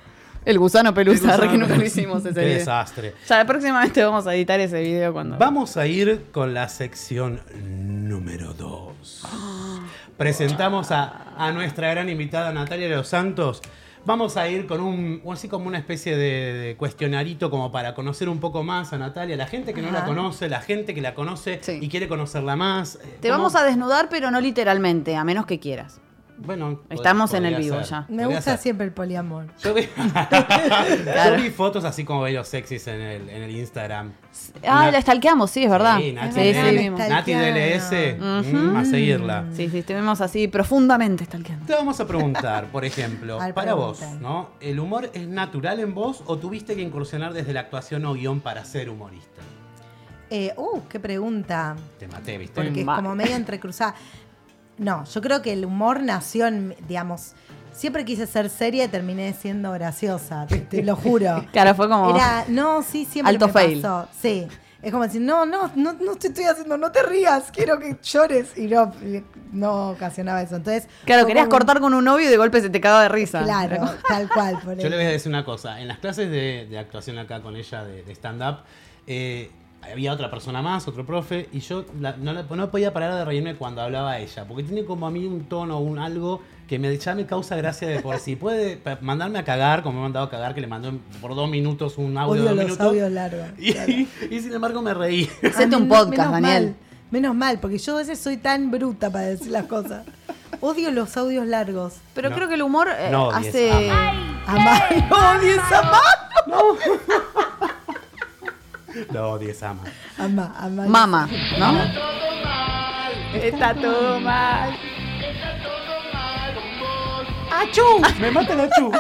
F: El gusano
E: El
F: pelusa,
E: gusano
F: que nunca lo
E: pelusa.
F: hicimos ese
E: qué
F: video.
E: desastre.
F: Ya próximamente vamos a editar ese video cuando.
E: Vamos a ir con la sección número 2. Presentamos a, a nuestra gran invitada Natalia de los Santos. Vamos a ir con un, o así como una especie de, de cuestionarito como para conocer un poco más a Natalia, la gente que no la
F: Ajá.
E: conoce, la gente que la conoce
F: Sí.
E: y quiere conocerla más. eh,
F: Te vamos a desnudar, pero no literalmente, a menos que quieras.
E: Bueno, pod-
F: Estamos en el
E: podría
F: vivo
E: ser,
F: ya.
G: Me
E: podría
G: gusta
E: ser.
G: siempre el poliamor.
E: Yo vi, Yo vi fotos así como bellos sexys en el, en el Instagram.
F: Ah,
E: Una-
F: la stalkeamos, sí, es verdad.
E: Sí,
F: Sí,
E: Nati,
F: sí,
G: Es verdad,
E: DL-
G: la
F: vimos.
G: stalkeamos.
E: Nati DLS. mm, a seguirla.
F: Sí, sí, estuvimos así profundamente stalkeando.
E: Te vamos a preguntar, por ejemplo,
G: A ver,
E: para vos,
G: pregunta.
E: ¿no? ¿El humor es natural en vos o tuviste que incursionar desde la actuación o guión para ser humorista?
G: Eh, uh, qué pregunta.
E: Te maté, ¿viste?
G: Porque es
F: Mal.
G: como medio entrecruzada. No, yo creo que el humor nació en, digamos, siempre quise ser seria y terminé siendo graciosa, te, te lo juro.
F: Claro, fue como.
G: Era, no, sí, siempre
F: Alto
G: me
F: fail.
G: pasó. Sí. Es como decir, no, no, no, no te estoy haciendo, no te rías, quiero que llores. Y no, eh, no ocasionaba eso. Entonces.
F: Claro,
G: fue
F: querías
G: como un-
F: cortar con un novio y de golpe se te cagaba de risa. Era
G: Claro,
F: como-
G: tal cual. Por
E: Yo
G: eso.
E: le voy a decir una cosa. En las clases de, de actuación acá con ella de, de stand-up, eh, había otra persona más, otro profe, y yo la- no, la- no podía parar de reírme cuando hablaba ella, porque tiene como a mí un tono, un algo que me, ya me causa gracia de por sí. Puede pa- mandarme a cagar, como me ha mandado a cagar, que le mandó en- por dos minutos un audio
G: Odio
E: de dos
G: los
E: minutos.
G: audios largos.
E: y, y sin embargo me reí.
F: Hacete
G: Ah,
F: un
G: men-
F: podcast, Daniel.
G: Mal, menos mal, porque yo a veces soy tan bruta para decir las cosas. Odio los audios largos.
F: Pero
E: No.
F: creo que el humor eh,
E: No odies,
F: hace.
G: Amar, odio esa mano.
E: Lo odié, Sama.
G: Ama, ama.
F: Mama, ¿no?
E: ¡Me mata la chu!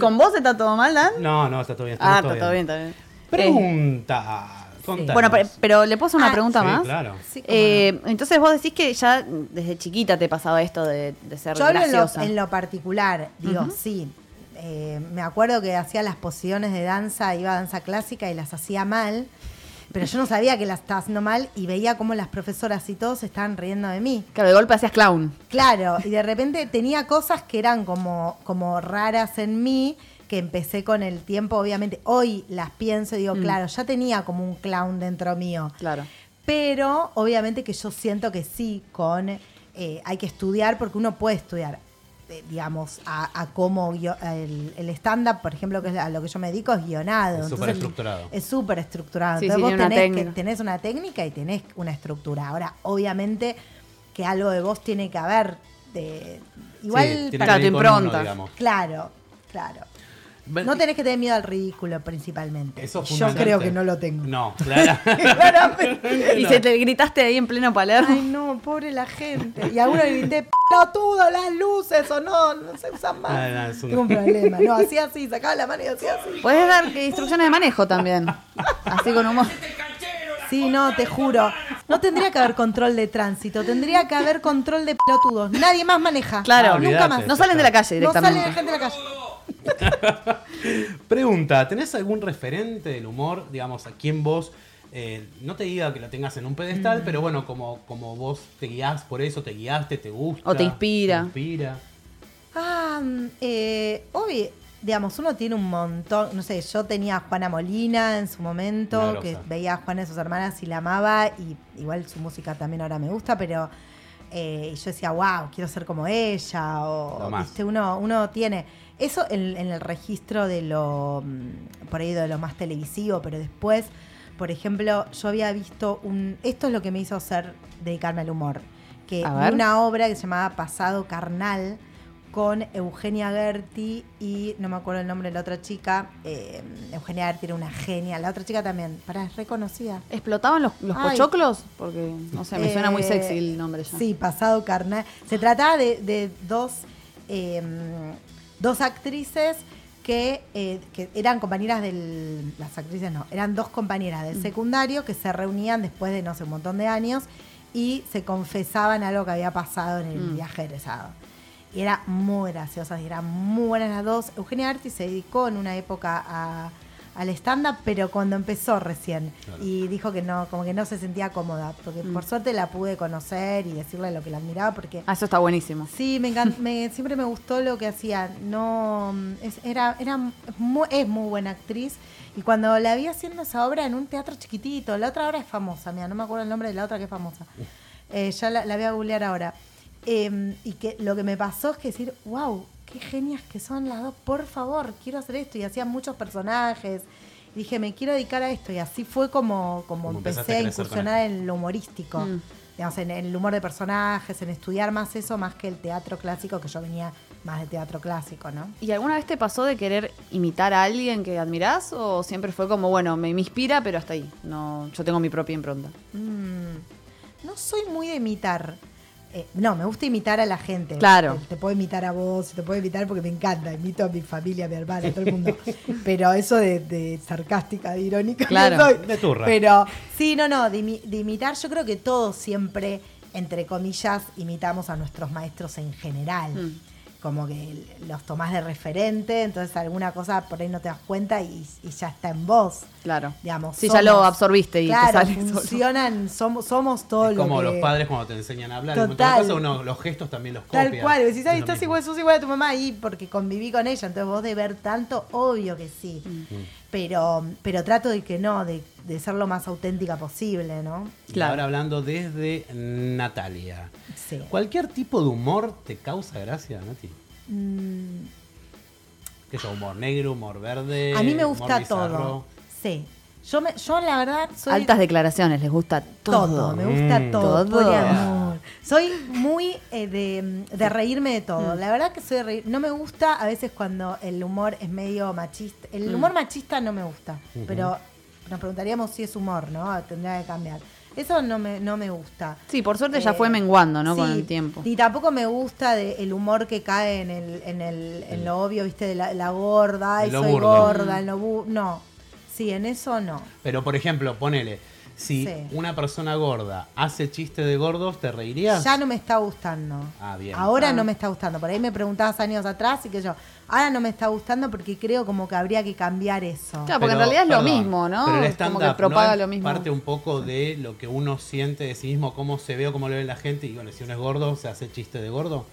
F: ¿Con vos está todo mal, Dan?
E: No, no, está todo bien.
F: ah,
E: estamos
F: está todo bien, está bien. Eh,
E: Pregunta. contanos.
F: bueno, pero, pero le puedo hacer una
G: Ah,
F: pregunta
E: Sí,
F: más.
E: claro.
G: Sí, cómo no.
F: Eh, entonces vos decís que ya desde chiquita te pasaba esto de, de ser
G: yo hablo en lo,
F: graciosa.
G: en lo particular, digo, sí. Eh, me acuerdo que hacía las posiciones de danza, iba a danza clásica y las hacía mal. Pero yo no sabía que las estaba haciendo mal y veía cómo las profesoras y todos se estaban riendo de mí.
F: Claro, de golpe hacías clown.
G: Claro, y de repente tenía cosas que eran como, como raras en mí, que empecé con el tiempo, obviamente. Hoy las pienso y
F: Mm.
G: digo, claro, ya tenía como un clown dentro mío.
F: Claro.
G: Pero obviamente que yo siento que sí, con eh, hay que estudiar porque uno puede estudiar, eh, digamos, a, a cómo guio- el, el stand-up, por ejemplo, que es a lo que yo me dedico, es guionado.
E: Es
G: Entonces,
E: súper estructurado.
G: Es súper estructurado.
F: Sí,
G: Entonces
F: sí,
G: vos
F: tiene una
G: tenés que-
F: técnica.
G: tenés una técnica y tenés una estructura. Ahora, obviamente que algo de vos tiene que haber de igual
E: Sí, tiene
G: para-
E: que ver
F: tu
E: con uno,
F: impronta.
E: digamos.
G: claro, claro.
E: Ven-
G: No tenés que tener miedo al ridículo, principalmente.
E: Eso es
G: Yo
E: fundamental.
G: creo que no lo tengo.
E: No, claro.
F: Y se te gritaste ahí en pleno Palermo.
G: Ay, no, pobre la gente. Y a uno le grité, pelotudo, las luces o no, no se usan más.
E: Ah, no, es un-
G: Tengo un problema. No, hacía así, sacaba la mano y hacía así.
F: Puedes dar eh, instrucciones de manejo también. Así con humor.
G: Sí, no, te juro. No tendría que haber control de tránsito, tendría que haber control de pelotudos. Nadie más maneja.
F: Claro.
E: Ah,
G: nunca
E: olvídate.
G: más.
F: No salen de la calle
G: No sale
F: directamente.
G: la gente de la calle.
E: Pregunta, ¿tenés algún referente del humor, digamos, a quien vos, eh, no te diga que lo tengas en un pedestal,
G: Mm.
E: pero bueno, como, como vos te guiás por eso, te guiaste, te gusta.
F: O te inspira.
E: Te inspira.
G: Ah, mm, eh, hoy, digamos, uno tiene un montón. No sé, yo tenía a Juana Molina en su momento,
E: Una grosa.
G: que veía a Juana y sus hermanas y la amaba, y igual su música también ahora me gusta, pero eh, yo decía, wow, quiero ser como ella,
E: Lo
G: o
E: más.
G: viste, uno, uno tiene. Eso en, en el registro de lo, mm, por ahí de lo más televisivo, pero después, por ejemplo, yo había visto un, esto es lo que me hizo hacer, dedicarme al humor, que
F: A
G: vi
F: ver.
G: una obra que se llamaba Pasado Carnal, con Eugenia Gerti y no me acuerdo el nombre de la otra chica. eh, Eugenia Gerti era una genia. La otra chica también, para es reconocida.
F: ¿Explotaban los, los
G: Ay.
F: pochoclos? Porque, no sé, me suena muy
G: Eh,
F: sexy el nombre ya.
G: Sí, pasado carnal. Se trataba de, de dos, eh, dos actrices que, eh, que eran compañeras del. Las actrices no, eran dos compañeras
F: Mm.
G: del secundario que se reunían después de no sé un montón de años y se confesaban algo que había pasado en el
F: Mm.
G: viaje egresado. Y era muy graciosa, y eran muy buenas las dos. Eugenia Arti se dedicó en una época a- al stand-up, pero cuando empezó recién. Y dijo que no, como que no se sentía cómoda. Porque por suerte la pude conocer y decirle lo que la admiraba, porque
F: Ah, eso está buenísimo.
G: Sí, me encanta, siempre me gustó lo que hacía. No, mm, es, era, era mu- es muy buena actriz. Y cuando la vi haciendo esa obra en un teatro chiquitito, la otra obra es famosa, mira, no me acuerdo el nombre de la otra que es famosa. Eh, ya la, la voy a googlear ahora. Eh, y que lo que me pasó es que decir, wow, qué genias que son las dos, por favor, quiero hacer esto. Y hacían muchos personajes. Y dije, me quiero dedicar a esto. Y así fue como, como
E: Como empezaste
G: empecé
E: a crecer con
G: a incursionar
E: esto.
G: en lo humorístico, digamos, en, en el humor de personajes, en estudiar más eso, más que el teatro clásico, que yo venía más de teatro clásico, ¿no?
F: ¿Y alguna vez te pasó de querer imitar a alguien que admirás? ¿O siempre fue como, bueno, me, me inspira, pero hasta ahí? No, yo tengo mi propia impronta.
G: Mm, no soy muy de imitar. Eh, no, me gusta imitar a la gente.
F: Claro.
G: Te, te puedo imitar a vos, te puedo imitar porque me encanta. Imito a mi familia, a mi hermana, a todo el mundo. Pero eso de, de sarcástica, de irónica. no
F: Claro.
G: soy.
E: De turra.
G: Pero sí, no, no, de, imi- de imitar, yo creo que todos siempre, entre comillas, imitamos a nuestros maestros en general.
F: Mm.
G: Como que los tomás de referente, entonces alguna cosa por ahí no te das cuenta y, y ya está en vos
F: Claro.
G: digamos.
F: Sí,
G: somos-
F: ya lo absorbiste y
G: claro,
F: te sale solo.
G: funcionan, somos, somos todo
E: Es
G: lo
E: como
G: que-
E: los padres cuando te enseñan a hablar.
G: Total.
E: En todo caso, uno, los gestos también los copian.
G: Tal cual,
E: Es
G: si sabes,
E: lo
G: estás
E: mismo.
G: igual, sos igual a tu mamá ahí porque conviví con ella, entonces vos de ver tanto, obvio que sí.
F: Mm.
E: Mm.
G: Pero, pero trato de que no, de, de ser lo más auténtica posible, ¿no?
E: Y
F: Claro.
E: Ahora hablando desde Natalia.
G: Sí.
E: ¿Cualquier tipo de humor te causa gracia, Nati?
G: Mm,
E: Que yo, humor negro, humor verde.
G: a mí me
E: humor
G: gusta
E: bizarro.
G: todo. Sí. Yo, me, yo la verdad soy...
F: Altas declaraciones, les gusta
G: todo,
F: todo.
G: me gusta
E: Mm.
G: todo.
F: Todo.
G: poliamor. Soy muy eh, de, de reírme de todo. La verdad que soy de reír. No me gusta a veces cuando el humor es medio machista. El
F: Mm.
G: humor machista no me gusta, pero nos preguntaríamos si es humor, ¿no? Tendría que cambiar. Eso no me, no me gusta.
F: Sí, por suerte ya
G: Eh,
F: fue menguando, ¿no? Con
G: sí,
F: el tiempo.
G: Y tampoco me gusta de- el humor que cae en, el, en, el, en lo obvio, ¿viste? De la, la gorda,
E: En
G: y
E: lo
G: soy
E: burdo.
G: gorda, en lo bu- No. Sí, en eso no.
E: Pero, por ejemplo, ponele, si
G: Sí.
E: una persona gorda hace chiste de gordos, ¿te reirías?
G: Ya no me está gustando.
E: Ah, bien.
G: Ahora
F: Ah.
G: no me está gustando. Por ahí me preguntabas años atrás y que yo. Ahora no me está gustando porque creo como que habría que cambiar eso.
F: Claro, porque en realidad es lo mismo, ¿no?
E: Pero el
F: Es como
E: stand-up
F: que propaga
E: ¿no? Es
F: lo mismo.
E: parte un poco de lo que uno siente de sí mismo, cómo se ve o cómo lo ve la gente. Y bueno, si uno es gordo, se hace chiste de gordo.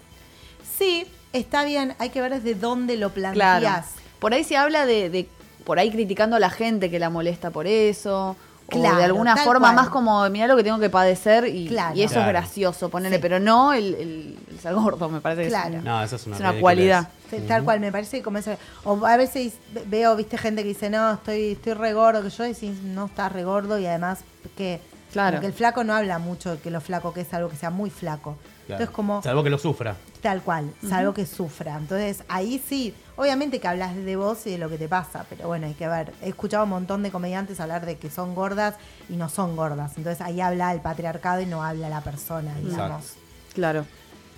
G: Sí, está bien. Hay que ver desde dónde lo planteas.
F: Claro. Por ahí se habla de, de- por ahí criticando a la gente que la molesta por eso. o
G: Claro,
F: de alguna
G: tal
F: forma
G: cual.
F: más como, mirá lo que tengo que padecer y,
G: Claro.
F: y eso
E: Claro.
F: es gracioso, ponerle,
G: Sí.
F: pero no el, el, el ser gordo, me parece. que es
G: Claro.
F: un-
E: No, esa es una
F: es una
E: ridiculez.
F: cualidad.
G: Sí, Tal cual, me parece como ese. O a veces veo, viste, gente que dice, no, estoy, estoy re gordo, que yo decís, no estás re gordo y además que.
F: Claro.
G: Porque el flaco no habla mucho de que lo flaco que es algo que sea muy flaco.
E: Claro.
G: Entonces, como.
E: Salvo que lo sufra.
G: tal cual, salvo que sufra. Entonces, ahí sí, obviamente que hablas de vos y de lo que te pasa, pero bueno, hay que ver. He escuchado un montón de comediantes hablar de que son gordas y no son gordas. Entonces, ahí habla el patriarcado y no habla la persona, digamos.
F: Claro.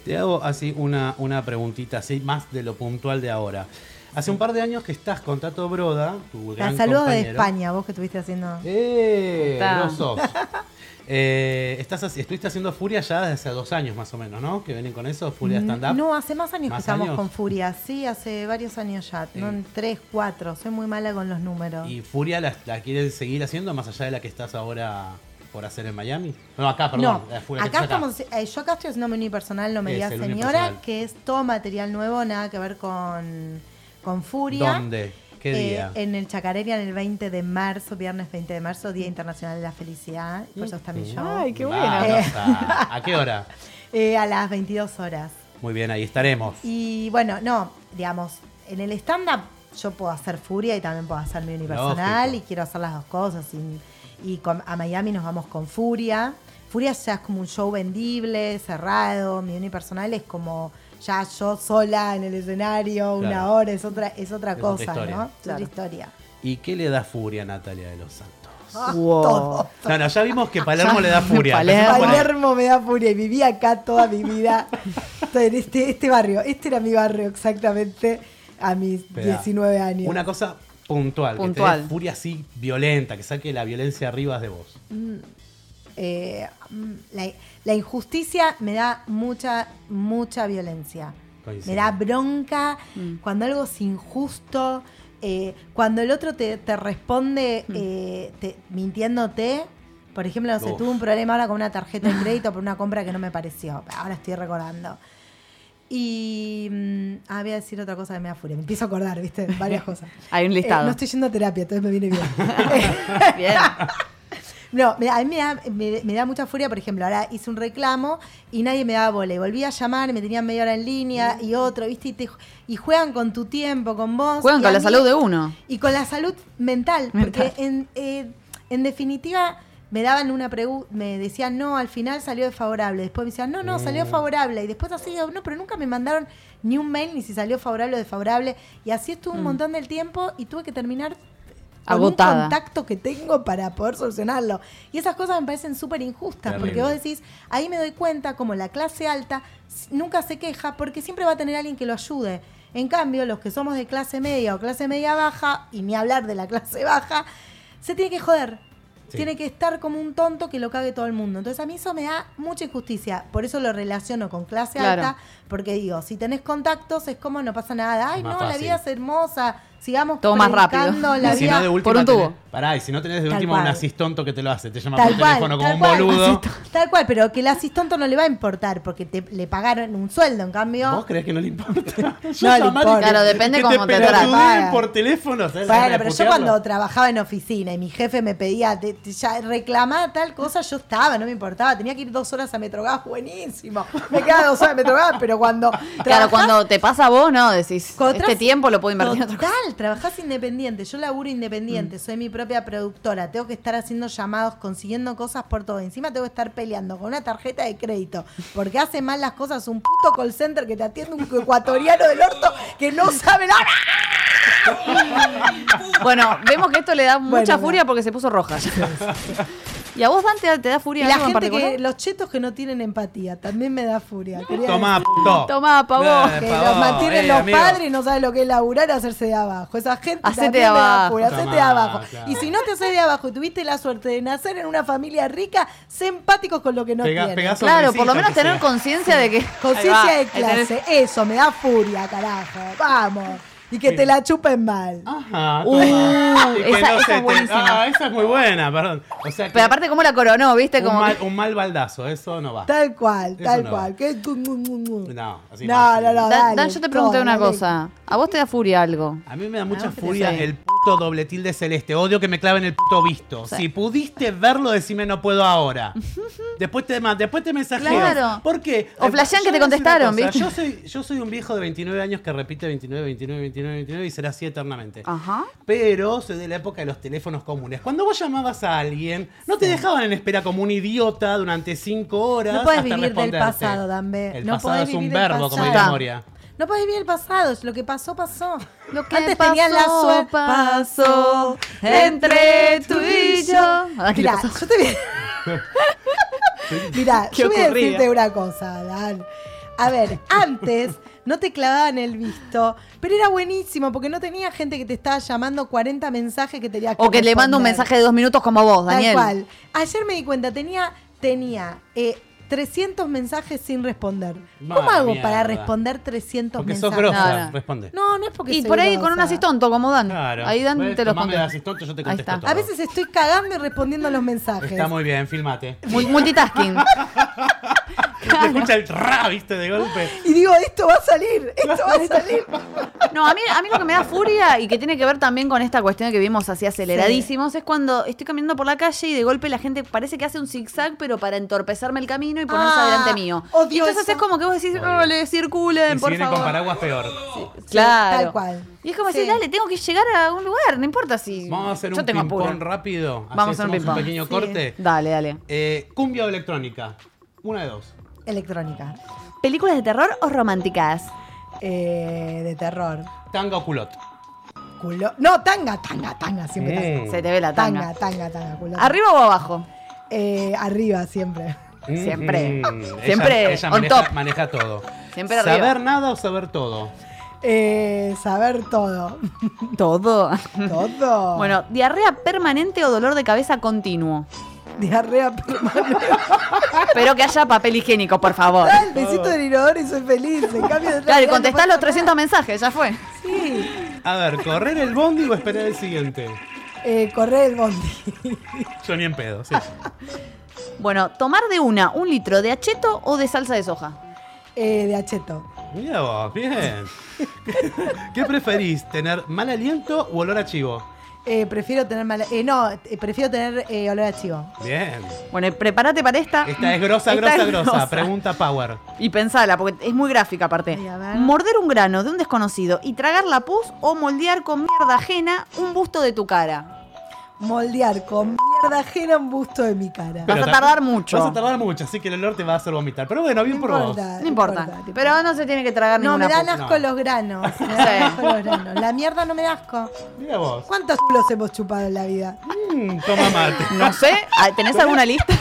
E: Te hago así una, una preguntita, así más de lo puntual de ahora. Hace un par de años que estás con Tato Broda, tu
G: La
E: gran
G: saludos de
E: compañero.
G: España, vos que estuviste haciendo.
E: ¡Eh!
F: Ta.
E: grosos. Eh, estás, haci- estuviste haciendo Furia ya desde hace dos años más o menos, ¿no? Que vienen con eso, Furia Stand Up.
G: No, hace más años que
E: ¿Más
G: estamos
E: años?
G: con Furia, sí, hace varios años ya, no, tres, cuatro, soy muy mala con los números.
E: ¿Y Furia la, la quieren seguir haciendo más allá de la que estás ahora por hacer en Miami? No, acá, perdón. la
G: no,
E: Furia que
G: acá
E: estás acá.
G: estamos, eh, yo acá estoy haciendo mi unipersonal, no me
E: Es
G: digas
E: el
G: señora,
E: unipersonal.
G: que es todo material nuevo, nada que ver con, con Furia.
E: ¿Dónde? ¿Qué
G: Eh,
E: día?
G: en el Chacarería, en el 20 de marzo, viernes 20 de marzo, Día Internacional de la Felicidad, por eso está mi show.
F: Ay, qué bueno.
E: Vamos a- ¿A qué hora?
G: Eh, a las 22 horas.
E: Muy bien, ahí estaremos.
G: Y bueno, no, digamos, en el stand-up yo puedo hacer furia y también puedo hacer mi unipersonal
E: Lógico.
G: y quiero hacer las dos cosas. Y, y con- a Miami nos vamos con furia. Furia ya es como un show vendible, cerrado. Mi unipersonal es como ya yo sola en el escenario, una
E: Claro.
G: hora, es otra, es otra
E: Es otra
G: cosa,
E: historia.
G: ¿no? Es
F: Claro.
G: otra historia.
E: ¿Y qué le da Furia a Natalia de los Santos?
F: Wow.
G: todo.
E: No, no, ya vimos que Palermo le da Furia.
F: Palermo.
E: Empecemos por ahí.
G: Palermo me da furia y viví acá toda mi vida. Estoy en este, este barrio, este era mi barrio exactamente a mis
E: Espera,
G: 19 años.
E: Una cosa puntual, que te
F: Puntual.
E: dé furia así violenta, que saque la violencia arriba de vos.
G: Eh, mm, la, la injusticia me da mucha, mucha violencia.
E: Coincido.
G: Me da bronca
F: Mm.
G: cuando algo es injusto, eh, cuando el otro te, te
F: Mm.
G: responde eh, te- mintiéndote. Por ejemplo, no sé,
E: Uf.
G: tuve un problema ahora con una tarjeta de crédito por una compra que no me pareció. Ahora estoy recordando. Y. mm, ah, voy a decir otra cosa que me da furia. Me empiezo a acordar, ¿viste? Varias cosas.
F: Hay un
G: Eh,
F: listado.
G: no estoy yendo a terapia, entonces me viene bien.
F: Bien.
G: No, me- a mí me da, me- me da mucha furia, por ejemplo, ahora hice un reclamo y nadie me daba bola. Y volví a llamar, me tenían media hora en línea
F: Mm.
G: y otro, ¿viste? Y, te- y juegan con tu tiempo, con vos.
F: Juegan
G: y
F: con
G: a
F: la
G: mí-
F: salud de uno.
G: Y con la salud mental.
F: Mental.
G: Porque en, eh, en definitiva me daban una pregunta, me decían, no, al final salió desfavorable. Después me decían, no, no,
F: Mm.
G: salió favorable. Y después así, "Oh, no, pero nunca me mandaron ni un mail ni si salió favorable o desfavorable. Y así estuve un montón del tiempo y tuve que terminar con un
F: Mm. Agotada.
G: contacto que tengo para poder solucionarlo. Y esas cosas me parecen súper injustas, porque
E: Terrible.
G: vos decís, ahí me doy cuenta como la clase alta s- nunca se queja porque siempre va a tener alguien que lo ayude. En cambio, los que somos de clase media o clase media baja, y ni hablar de la clase baja, se tiene que joder.
E: Sí.
G: Tiene que estar como un tonto que lo cague todo el mundo. Entonces a mí eso me da mucha injusticia. Por eso lo relaciono con clase
F: Claro.
G: alta, porque digo, si tenés contactos es como no pasa nada. Ay,
E: Más
G: no, la
E: fácil.
G: vida es hermosa. Sigamos
F: Todo más rápido.
G: predicando la
E: Y si
G: vida
E: no, de última
F: por un
E: tenés-
F: tubo.
E: pará, y si no tenés de
G: Tal
E: última
G: cual.
E: un asis tonto que te lo hace, te llama
G: Tal
E: por
G: cual,
E: teléfono como
G: tal
E: un
G: cual.
E: boludo.
G: Tal cual, pero que el asistonto no le va a importar porque te, le pagaron un sueldo, en
E: ¿Vos
G: cambio.
E: crees que no le importa?
G: le
E: llamar y
G: importa.
E: que-
F: Claro, depende
E: que
F: cómo te
E: pelotudean
G: tratan.
E: por teléfono. ¿sabes?
G: Bueno,
E: Déjame
G: pero yo
E: putearlo.
G: cuando trabajaba en oficina y mi jefe me pedía, te, te- ya reclamá tal cosa, yo estaba, no me importaba. Tenía que ir dos horas a Metrogas, buenísimo. Me quedaba dos horas en Metrogas, pero cuando.
F: Claro,
G: trabajás-
F: cuando te pasa a vos, no, decís,
G: Cuando
F: este
G: traf-
F: tiempo lo puedo invertir en otra cosa. Mm.
G: Total, trabajás independiente. Yo laburo independiente, soy mi propia productora. Tengo que estar haciendo llamados, consiguiendo cosas por todo. Encima tengo que estar peleando con una tarjeta de crédito. Porque hace mal las cosas un puto call center que te atiende un ecuatoriano del orto que no sabe nada.
F: Bueno, vemos que esto le da mucha
G: Bueno,
F: furia porque se puso roja. ¿Y a vos, Dante, te da
G: Y
F: furia
G: la
F: algo en
G: gente que,
F: particular?
G: los chetos que no tienen empatía, también me da furia. Quería
E: Tomá,
G: decir
E: puto.
F: Tomá, pa' vos.
E: Eh,
G: Que
E: pa'
G: los
E: vos.
G: mantienen
E: Eh,
G: los
E: amigo.
G: padres y no saben lo que es laburar, hacerse de abajo. Esa gente
F: Hacete
G: también
F: de
G: me da
F: abajo.
G: furia, hacete de
E: Tomá,
G: abajo.
E: claro.
G: Y si no te haces de abajo y tuviste la suerte de nacer en una familia rica, sé empático con lo que no
E: Pega-
G: tienes.
E: pegás a
F: Claro,
E: Luisito,
F: por lo menos
E: que
F: tener
E: sea.
F: conciencia de que. Ahí
G: Conciencia
F: va,
G: de
F: ahí
G: clase, eso me da furia, carajo. Vamos. Y que te la chupen mal.
E: Ajá,
F: Uh,
E: tomá. Y que
F: esa-
E: no
F: esa
E: se
F: es
E: te-
F: buenísima.
E: Ah, esa es muy buena, perdón. O sea, que
F: Pero aparte, ¿cómo la coronó? ¿Viste?
E: un,
F: Como
E: mal,
F: que-
E: un mal baldazo, eso no va.
G: Tal cual,
E: Eso
G: tal
E: no.
G: cual. Que- No,
E: así más.
G: no, no,
F: Dan,
G: dale,
F: Dan, yo te pregunté
G: todo,
F: una
G: dale.
F: cosa. ¿A vos te da furia algo?
E: A mí me da mucha
G: vos qué te
E: furia
G: sé.
E: el puto puto doble tilde celeste. Odio que me claven el puto visto.
F: Sí.
E: Si pudiste verlo, decime no puedo ahora. después te ma- después te mensajeo.
F: Claro.
E: ¿Por qué?
F: O
E: Eh,
F: flashean
E: yo
F: que te
E: voy a decir una
F: contestaron,
E: cosa.
F: ¿viste?
E: Yo soy, yo soy un viejo de 29 años que repite 29, 29, 29, 29 y será así eternamente.
G: Ah.
F: Ajá.
E: Pero soy de la época de los teléfonos comunes. Cuando vos llamabas a alguien, no te dejaban en espera como un idiota durante cinco horas.
G: No podés
E: hasta
G: vivir del
E: responderte.
G: pasado, Dambe.
E: El
G: No
E: pasado
G: podés
E: es un
G: vivir del
E: verbo, como
G: pasado.
E: diría Moria.
G: No podés vivir el pasado, es lo que pasó, pasó.
F: Lo que
G: Antes tenías la
F: pasó,
G: suerte.
F: pasó entre tú y yo. Ah, ¿qué le
G: Mirá,
F: pasó?
G: yo te voy- Mirá,
F: ¿Qué
G: yo voy a
F: ocurría?
G: decirte una cosa, Dan. A ver, antes no te clavaban el visto, pero era buenísimo porque no tenía gente que te estaba llamando 40 mensajes que tenías que
F: O que le mando un
G: responder.
F: mensaje de dos minutos como vos, Daniel.
G: Tal cual. Ayer me di cuenta, tenía, tenía eh, 300 mensajes sin responder. ¿Cómo
E: Mala
G: hago
E: mierda.
G: para responder 300
E: Porque sos
G: mensajes?
E: grosa,
F: no.
E: responde.
G: No, no es porque
F: Y
G: soy
F: por ahí con
G: grosa.
F: un asistonto como Dan.
E: Claro.
F: Ahí Dan
E: Podés
F: te lo
E: tomarme de
F: contesta.
E: asistente, yo te
F: Ahí
E: contesto
F: está.
E: todo.
G: A veces estoy cagando y respondiendo los mensajes.
E: Está muy bien, filmate.
F: Mul- Multitasking.
E: Te escucha el ra, viste, de golpe.
F: Eh,
G: Y digo, esto va a salir, esto va a salir.
F: No, a mí, a mí lo que me da furia y que tiene que ver también con esta cuestión que vimos así aceleradísimos es cuando estoy caminando por la calle y de golpe la gente parece que hace un zigzag, pero para entorpecerme el camino y ponerse
G: Ah,
F: adelante mío.
G: odio
F: y entonces
G: eso.
F: es como que vos decís,
E: Odio.
F: dale,
E: Y
F: circulen,
E: si
F: por
E: vienen
F: favor.
E: con paraguas, peor.
F: Claro.
G: Tal cual.
F: Y es como
G: Sí.
F: decir, dale, tengo que llegar a un lugar, no importa si.
E: Vamos a hacer
F: yo
E: un
F: tengo apuro.
E: ping-pong rápido. Así
F: Vamos a hacer un
E: hacemos
F: ping-pong.
E: pequeño
G: Sí.
E: corte.
F: Dale, dale.
E: Eh, cumbia o electrónica. Una de dos.
G: Electrónica.
F: ¿Películas de terror o románticas?
G: Eh, de terror.
E: Tanga o culot.
G: Culo. No, tanga, tanga, tanga. Siempre tanga.
E: Mm.
F: Se te ve la
G: Tanga,
F: tanga.
G: tanga, tanga, culo.
F: ¿Arriba o abajo?
G: Eh, arriba siempre.
F: Siempre.
E: Mm, ella-
F: Siempre
E: ella
F: on
E: maneja,
F: top.
E: maneja todo.
F: Siempre arriba.
E: ¿Saber nada o saber todo?
G: Eh, saber todo.
F: Todo.
G: Todo.
F: Bueno, diarrea permanente o dolor de cabeza continuo.
G: Diarrea permanente.
F: Pero que haya papel higiénico, por favor.
G: Ah, El besito del inodoro y soy feliz. En cambio,
F: Claro,
G: de
F: y
G: realidad
F: contestás
G: no
F: los
G: pasa
F: 300 mensajes, ya fue.
E: A ver, ¿correr el bondi o esperar el siguiente?
G: nada. Eh, correr el bondi.
E: Yo ni en pedo, sí.
F: Bueno, tomar de una un litro de acheto o de salsa de soja.
G: Eh, de acheto.
E: Mira vos, bien. ¿Qué preferís, tener mal aliento o olor a chivo?
G: Eh, prefiero tener mala. eh, no, eh, prefiero tener eh, olor a chivo.
E: Bien.
F: Bueno, y prepárate para esta.
E: Esta es grosa,
F: Esta
E: grosa,
F: es
E: grosa. Pregunta Power.
F: Y pensala, porque es muy gráfica aparte.
G: Ay, a ver.
F: Morder un grano de un desconocido y tragar la pus o moldear con mierda ajena un busto de tu cara.
G: Moldear con mierda ajena un busto de mi cara.
F: Vas a
E: ta-
F: tardar mucho.
E: Vas a tardar mucho, así que el olor te va a hacer vomitar. Pero bueno, bien por vos.
F: No importa. Pero no se tiene que tragar
G: No, me
F: ninguna
G: dan
F: pus.
G: asco
E: no.
G: los granos. Me dan asco los granos. La mierda no me da asco.
E: Mira vos.
G: ¿Cuántos culos hemos chupado en la vida?
E: Mm, toma mate.
F: No sé, ¿tenés alguna lista?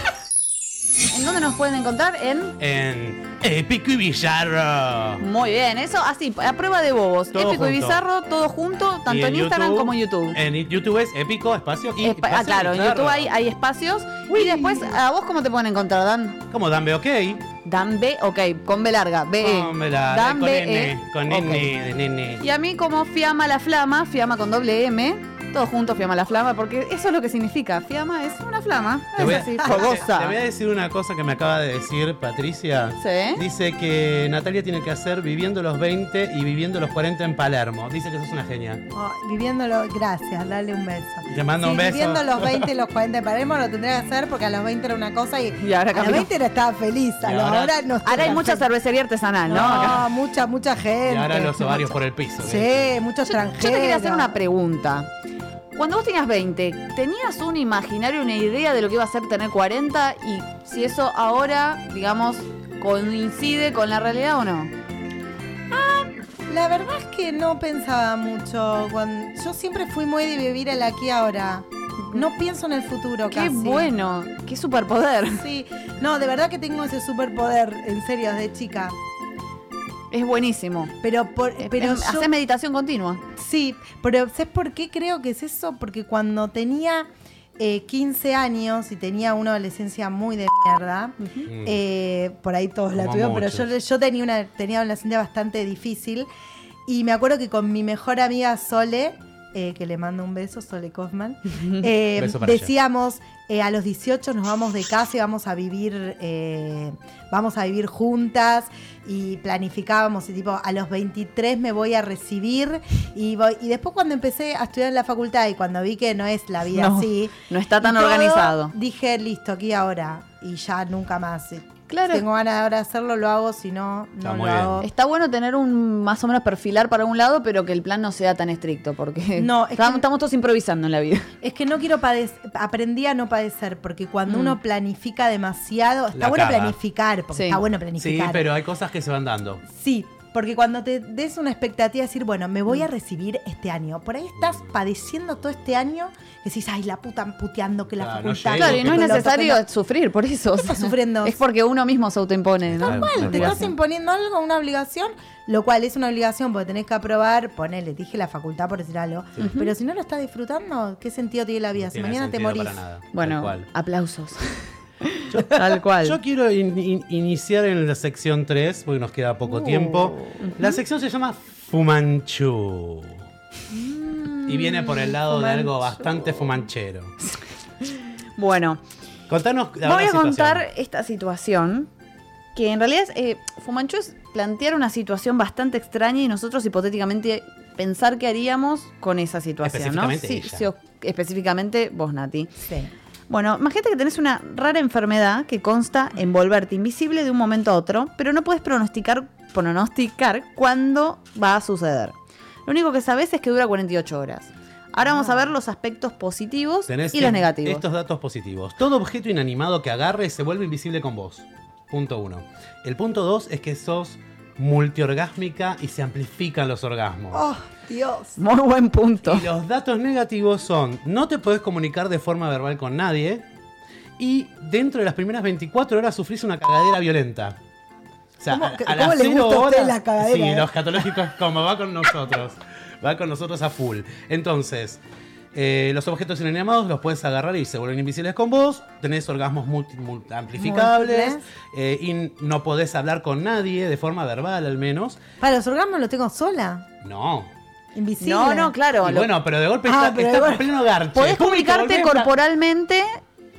F: ¿En dónde nos pueden encontrar? En...
E: En Épico y Bizarro.
F: Muy bien, eso así, a prueba de bobos.
E: Todo
F: Épico y
E: junto.
F: bizarro, todo junto, tanto
E: Y
F: en, Instagram
E: YouTube-
F: como en YouTube.
E: En YouTube es Épico, espacio y
F: Espa- ah,
E: espacio
F: claro, en
E: Bizarro.
F: YouTube hay, hay espacios. Y después, ¿a vos cómo te pueden encontrar, Dan?
E: Como Dame OK.
F: Eh, Dan B, ok, con B larga, B. -E.
E: Cómela,
F: Dan
E: con
F: B,
E: N.
F: E,
E: Con
F: ok.
E: N, de nene.
F: Y a mí como Fiamma la Flama, Fiamma con doble M, todo junto Fiamma la Flama, porque eso es lo que significa. Fiamma es una flama,
E: Te
F: es
E: voy, a,
F: así,
E: te- te
F: fogosa.
E: voy a decir una cosa que me acaba de decir Patricia.
F: Sí.
E: Dice que Natalia tiene que hacer viviendo los 20 y viviendo los 40 en Palermo. Dice que sos una genia.
G: Ay, Oh, viviéndolo, gracias, dale un beso.
E: Te mando
G: Sí,
E: un beso.
G: Viviendo los 20 y los 40 de Palermo lo tendría que hacer porque a los 20 era una cosa y,
F: Y ahora
G: a los
F: cambió.
G: 20 no estaba feliz. A
E: Y
G: los
E: ahora-
G: ahora no estoy
F: Ahora hay
G: tan
F: mucha
G: feliz.
F: cervecería artesanal, ¿no? Acá.
G: No, mucha, mucha gente.
E: Y ahora los ovarios por el piso.
G: Sí, muchos
F: Yo, yo
G: extranjeros.
F: te quería hacer una pregunta. Cuando vos tenías 20, ¿tenías un imaginario, una idea de lo que iba a ser tener 40? Y si eso ahora, digamos, coincide con la realidad o no.
G: La verdad es que no pensaba mucho. cuando- Yo siempre fui muy de vivir el aquí y ahora. No pienso en el futuro
F: Qué
G: casi.
F: bueno, qué superpoder.
G: Sí. No, de verdad que tengo ese superpoder, en serio, de chica.
F: Es buenísimo.
G: Pero por, Eh, pero
F: Em,
G: yo-
F: Hacés meditación continua.
G: Sí, pero ¿sabes por qué creo que es eso? Porque cuando tenía eh, 15 años y tenía una adolescencia muy de mierda,
E: Mm.
G: eh, por ahí todos la
E: Como
G: tuvieron, pero yo,
E: muchos.
G: yo tenía una tenía una adolescencia bastante difícil y me acuerdo que con mi mejor amiga Sole eh, que le mando un beso, Sole Kaufman, eh,
H: Beso para ella.
G: decíamos, eh, a los 18 nos vamos de casa y vamos a vivir, eh, vamos a vivir juntas y planificábamos y tipo, a los 23 me voy a recibir y, voy- y después cuando empecé a estudiar en la facultad y cuando vi que no es la vida
F: No,
G: así.
F: no está tan
G: y todo,
F: organizado.
G: Dije, listo, aquí ahora y ya nunca más. Si
F: Claro.
G: Tengo ganas de ahora hacerlo, lo hago, si no,
H: Está
G: no lo
H: muy bien.
G: hago.
F: Está bueno tener un más o menos perfilar para un lado, pero que el plan no sea tan estricto, porque
G: No, es
F: estamos,
G: que-
F: estamos todos improvisando en la vida.
G: Es que no quiero padecer, aprendí a no padecer, porque cuando
F: Mm.
G: uno planifica demasiado, está
E: La
G: bueno
E: caga.
G: planificar, porque
F: Sí.
G: está bueno
E: Sí,
G: planificar.
E: pero hay cosas que se van dando.
G: Sí, porque cuando te des una expectativa, decir, bueno, me voy a recibir este año. Por ahí estás padeciendo todo este año, que decís, ay, la puta puteando que la
E: Claro, no
G: facultad.
E: llego,
F: Claro, y no
G: que
F: es
G: lo otro,
F: necesario
G: que lo-
F: sufrir por eso. o sea,
G: sufriendo.
F: Es porque uno mismo se autoimpone. ¿no?
E: Tal cual,
G: Mal, te estás
F: Obligación.
G: imponiendo algo, una obligación, lo cual es una obligación porque tenés que aprobar, ponele, te dije la facultad por decir algo, pero si no lo estás disfrutando, ¿qué sentido tiene la vida?
E: No
G: si
E: tiene
G: mañana te
E: sentido
G: morís.
E: para nada, tal
F: Bueno,
E: cual.
F: aplausos. Tal cual.
E: Yo quiero in- in- iniciar en la sección 3, porque nos queda poco
G: Uh.
E: tiempo. La sección se llama Fumanchu.
G: Mm.
E: Y viene por el lado de algo bastante fumanchero.
F: Bueno,
E: Contanos la
F: voy
E: verdadera
F: a contar
E: situación.
F: esta situación que en realidad es, eh, Fumanchu es plantear una situación bastante extraña y nosotros hipotéticamente pensar qué haríamos con esa situación,
E: Específicamente
F: ¿no?
E: ella.
F: o- específicamente vos, Nati.
G: Sí.
F: Bueno, imagínate que tenés una rara enfermedad que consta en volverte invisible de un momento a otro, pero no puedes pronosticar, pronosticar cuándo va a suceder. Lo único que sabes es que dura 48 horas. Ahora vamos a ver los aspectos positivos
E: Tenés
F: y los
E: es-
F: negativos.
E: Estos datos positivos. Todo objeto inanimado que agarres se vuelve invisible con vos. Punto uno. El punto dos es que sos multiorgásmica y se amplifican los orgasmos.
G: Oh, Dios.
F: Muy buen punto.
E: Y los datos negativos son, no te podés comunicar de forma verbal con nadie y dentro de las primeras 24 horas sufrís una cagadera violenta. O sea,
G: ¿Cómo
E: a,
G: que-
E: a las
G: cómo les
E: cero
G: gusta a ustedes
E: horas...
G: la cagadera,
E: sí,
G: eh?
E: los catológicos como va con nosotros. Va con nosotros a full. Entonces, eh, los objetos inanimados los puedes agarrar y se vuelven invisibles con vos. Tenés orgasmos multi- multi- amplificables.
G: Múltiples.
E: eh, y no podés hablar con nadie de forma verbal al menos.
G: Para los orgasmos lo tengo sola,
E: No,
G: invisible.
F: no, no, claro.
E: y
F: lo-
E: bueno, pero de golpe
G: Ah,
E: está-
G: pero
E: estás
G: de
E: en
G: golpe-
E: pleno garche. Pum, y
F: podés
E: te
F: comunicarte
E: volvés a-
F: corporalmente,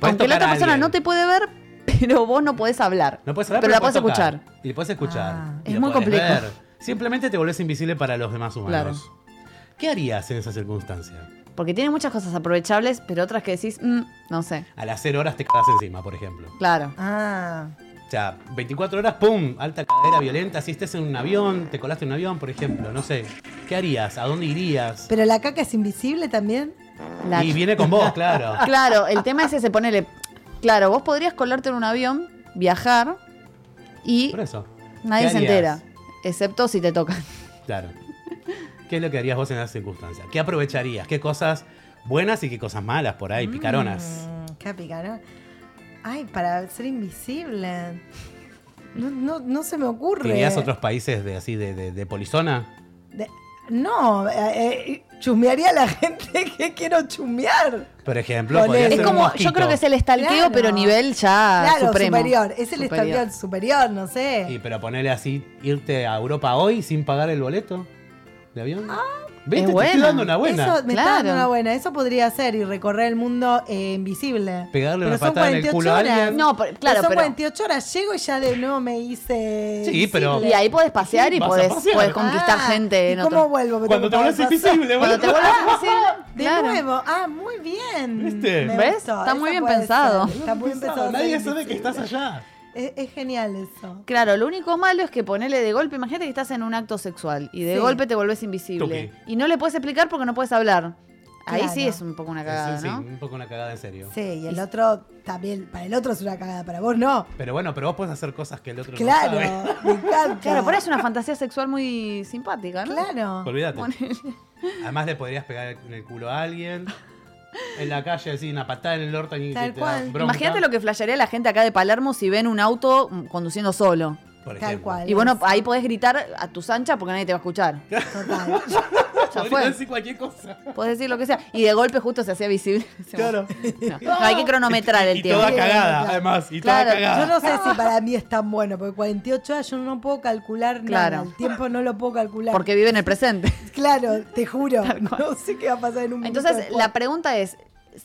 F: aunque la
E: tocar
F: otra
E: a
F: persona
E: alguien.
F: no te puede ver, pero vos no podés hablar.
E: No puedes hablar,
F: pero la podés
E: puedes tocar.
F: escuchar.
E: Y la puedes escuchar.
G: Ah.
E: Y
F: Es
E: la
F: muy
E: podés
F: complejo.
E: ver. Simplemente te volvés invisible para los demás humanos. ¿Qué harías en esa circunstancia?
F: Porque tiene muchas cosas aprovechables, pero otras que decís, "Mm, no sé.
E: A las 0 horas te cagas encima, por ejemplo.
F: Claro.
G: Ah,
E: O sea, 24 horas, ¡pum! Alta cadera violenta. Si estés en un avión, te colaste en un avión, por ejemplo. No sé. ¿Qué harías? ¿A dónde irías?
G: pero la caca es invisible también.
F: La-
E: Y viene con vos, claro.
F: Claro, el tema es ese, ponele. Claro, vos podrías colarte en un avión, viajar y
E: Por eso.
F: nadie
E: ¿Qué
F: se
E: harías?
F: entera. Excepto si te tocan.
E: Claro. ¿Qué es lo que harías vos en esas circunstancias? ¿Qué aprovecharías? ¿Qué cosas buenas y qué cosas malas por ahí? Picaronas.
G: Mm, qué picarón. Ay, para ser invisible. No, no, no se me ocurre.
E: ¿Tenías otros países de así de, de, de polizona?
G: De- no, eh, eh, chusmearía a la gente que quiero chusmear.
E: Por ejemplo,
G: Ponele.
E: podría
G: Es
E: ser un
F: Es como, yo
E: mosquito.
F: creo que es el estalqueo,
G: Claro.
F: pero nivel ya Ah,
G: Claro,
F: supremo.
G: superior. Es el
F: Superior.
G: estallido superior, no sé.
E: Y pero ponerle así, irte a Europa hoy sin pagar el boleto de avión.
F: Ah,
E: ¿Viste? Te estoy
F: buena.
E: dando una buena.
G: Eso me está
F: Claro.
G: dando una buena. Eso podría ser y recorrer el mundo eh, invisible.
E: Pegarle
G: Pero
E: una
G: son
E: patada en el
G: 48
E: culo a
G: horas.
E: alguien.
F: No, pero- claro,
G: son
F: pero-
G: 48 horas. Llego y ya de nuevo me hice.
E: Sí, pero-
G: invisible.
F: Y ahí podés pasear y
E: Vas a
F: podés,
E: pasear.
F: podés conquistar
G: Ah,
F: gente. En
G: ¿Y cómo
F: otro...
G: vuelvo? Me
E: Cuando te
G: tengo que
E: vuelves
G: pagar pasaje.
E: invisible,
F: Cuando te
E: boludo.
F: vuelvas a pasear,
G: De
F: claro.
G: nuevo. Ah, muy bien.
E: ¿Viste?
G: Me
F: ¿Ves?
G: gustó.
F: Está muy
G: Eso
F: bien
G: puede
F: pensado.
G: ser. Está muy bien pensado.
E: Nadie
G: ser
E: sabe que
G: invisible.
E: estás allá.
G: Es, es genial eso.
F: Claro, lo único malo es que ponele de golpe, imagínate que estás en un acto sexual y de
G: Sí.
F: golpe te volvés invisible.
E: Tuki.
F: Y no le puedes explicar porque no puedes hablar. Ahí
G: Claro.
F: sí es un poco una cagada,
E: Eh, Sí, sí,
F: ¿no?
E: un poco una cagada en serio.
G: Sí, y el otro también. Para el otro es una cagada, para vos no.
E: Pero bueno, pero vos podés hacer cosas que el otro no sabe.
G: Claro, me encanta.
F: Claro, por eso es una fantasía sexual muy simpática, ¿no?
G: Claro.
E: Olvídate. Además le podrías pegar en el culo a alguien. En la calle decir una patada en el orto y
G: Tal
E: te da
G: cual.
E: bronca.
F: Imagínate lo que flashearía la gente acá de Palermo si ven un auto mm, conduciendo solo.
E: Por
G: Tal
E: ejemplo.
G: cual.
F: Y bueno, ahí podés gritar a tus anchas porque nadie te va a escuchar.
G: Total.
F: Ya
E: Podría
F: fue.
E: decir cualquier cosa.
F: Puedes decir lo que sea. Y de golpe justo se hacía visible.
E: Claro.
F: No, no, hay que cronometrar el
E: y
F: tiempo.
E: toda cagada,
G: Claro.
E: además. Y
F: Claro,
E: toda
G: Yo
E: cagada.
G: no sé si para mí es tan bueno, porque 48 años yo no puedo calcular
F: Claro.
G: nada. El tiempo no lo puedo calcular.
F: Porque vive en el presente.
G: Claro, te juro.
F: Tal cual.
G: No sé qué va a pasar en un minuto
F: Entonces,
G: después.
F: la pregunta es,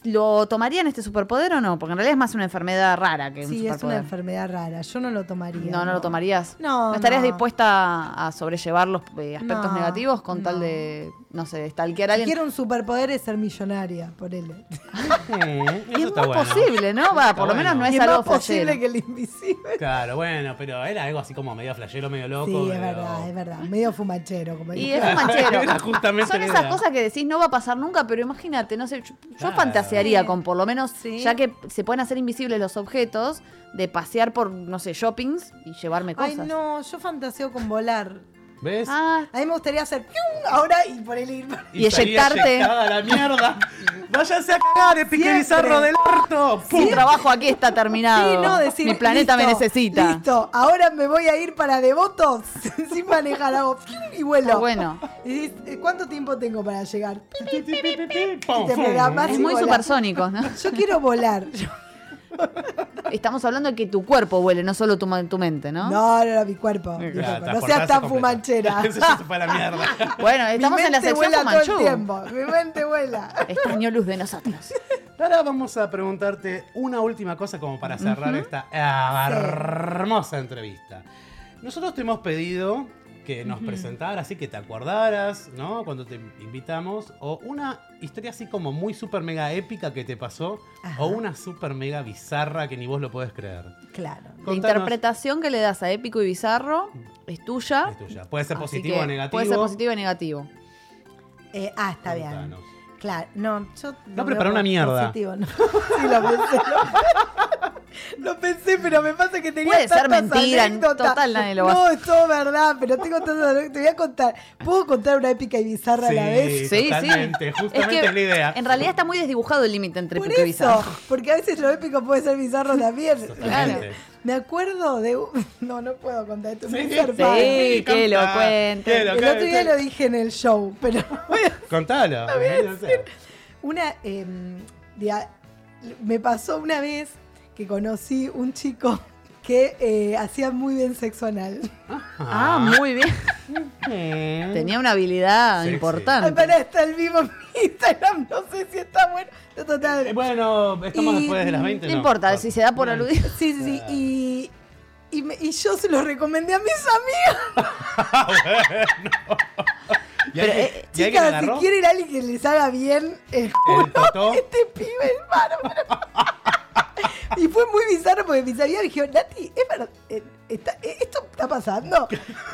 F: ¿lo tomarían este superpoder o no? Porque en realidad es más una enfermedad rara que un
G: Sí, es una
F: superpoder.
G: enfermedad rara. Yo no lo tomaría.
F: no, no lo tomarías.
G: No,
F: ¿Estarías
G: no.
F: dispuesta a sobrellevar los eh, aspectos
G: No,
F: negativos con tal
G: no.
F: de, no sé, stalkear a
G: Si
F: alguien?
G: quiero un superpoder es ser millonaria, por él.
E: Mm,
F: Y
E: eso
F: es
E: está
F: muy
E: bueno.
F: posible, ¿no? Va, por lo menos no
E: bueno.
F: es
G: Y es
F: algo
G: más
F: posible
G: posible que el invisible.
E: Claro, bueno, pero era algo así como medio flashero, medio loco.
G: Sí, es
E: pero-
G: verdad, es verdad. Medio fumachero, como
F: Y
G: dije.
F: es manchero.
E: Era justamente
F: Son
E: la
F: esas
E: idea.
F: cosas que decís no va a pasar nunca, pero imagínate, no sé, yo, yo
E: Claro.
F: fantasearía
G: Sí.
F: con por lo menos,
G: Sí.
F: ya que se pueden hacer invisibles los objetos, de pasear por, no sé, shoppings y llevarme
G: Ay,
F: cosas.
G: no, yo fantaseo con volar.
E: ¿Ves?
F: Ah,
G: A mí me gustaría hacer ¡pium! ahora y por el ir.
F: y
E: salía
F: eyectarte.
E: eyectada a la mierda. Váyanse a cagar, el pique
G: Siempre.
E: bizarro del orto.
F: mi trabajo aquí está terminado.
G: Sí, no, decir,
F: Mi planeta me
G: "Listo,
F: necesita.
G: Listo, ahora me voy a ir para devotos sin manejar hago ¡pium! y
F: Está
G: vuelo.
F: Ah, bueno.
G: Y dices, ¿cuánto tiempo tengo para llegar?
E: Pi, pi, pi, pi, pi,
G: Y
E: pum,
G: te
E: pum.
G: programás
F: Es
G: y
F: muy
G: volás.
F: supersónico, ¿no?
G: Yo quiero volar.
F: Estamos hablando de que tu cuerpo huele, no solo tu, ma- tu mente, ¿no?
G: No, no, no, mi cuerpo.
E: Claro,
G: mi cuerpo. No
E: transportarse
G: seas tan
E: completo.
G: fumanchera.
E: Eso ya se fue a la mierda.
F: Bueno, estamos
G: mi
F: en la
G: mente
F: sección
G: vuela todo el
F: Fumanchu.
G: tiempo. Mi mente vuela.
F: Extrañó luz de nosotros.
E: Ahora vamos a preguntarte una última cosa como para cerrar esta hermosa entrevista. Nosotros te hemos pedido que nos presentaras, así que te acordaras, ¿no? Cuando te invitamos, o una historia así como muy super mega épica que te pasó,
G: Ajá.
E: o una super mega bizarra que ni vos lo podés creer.
G: Claro.
F: La
E: Contanos.
F: interpretación que le das a épico y bizarro es tuya.
E: Es tuya. Puede ser
F: Ah. Así
E: positivo
F: que
E: o negativo.
F: Puede ser positivo o negativo.
G: Eh, ah, está bien.
E: Contanos.
G: Claro, no, yo.
E: No
G: lo
E: preparó
G: veo
E: una mierda.
G: positivo, no. Sí, lo pensé. Lo, pensé, pero me pasa que tenía.
F: Puede ser
G: tantas
F: mentira, en
G: anécdotas.
F: total nadie lo va a
G: No, es todo verdad, pero tengo tantas anécdotas. Te voy a contar. ¿Puedo contar una épica y bizarra a la vez?
E: Sí, totalmente, justamente es la idea.
F: En realidad está muy desdibujado el límite entre
G: Por
F: épico y
G: eso,
F: bizarro.
G: porque a veces lo épico puede ser bizarro también.
E: Totalmente.
F: Claro.
G: Me acuerdo de. un- No, no puedo contar esto. me
E: Sí,
G: hice
F: Sí,
G: arpar.
F: que lo
E: Contá.
F: cuente.
E: Quiero,
G: El otro día
E: quiero.
G: lo dije en el show, pero voy a
E: Contalo. no sé.
G: Una. eh, dia- me pasó una vez que conocí un chico que eh, hacía muy bien sexo anal.
F: Ah, muy bien. Ah,
E: Mm.
F: Tenía una habilidad
E: Sexy.
G: Ay,
F: importante.
G: pará, está el vivo en mi Instagram, no sé si está bueno. No, Total.
E: Eh, Bueno, estamos
G: Y-
E: después de las 20.
F: No importa, si se da por
E: Bueno.
F: aludido.
G: Sí, sí, sí. Y, y, me- y yo se lo recomendé a mis amigas.
E: ¿Y alguien-
F: Pero, eh,
E: ¿y alguien
G: Chicas, si
E: agarró? Eh,
G: quieren alguien que les haga bien, el
E: ¿El totó?
G: este pibe es bárbaro. Y fue muy bizarro porque mis amigas me dijeron, Nati, es verdad, eh, está- eh, esto está pasando.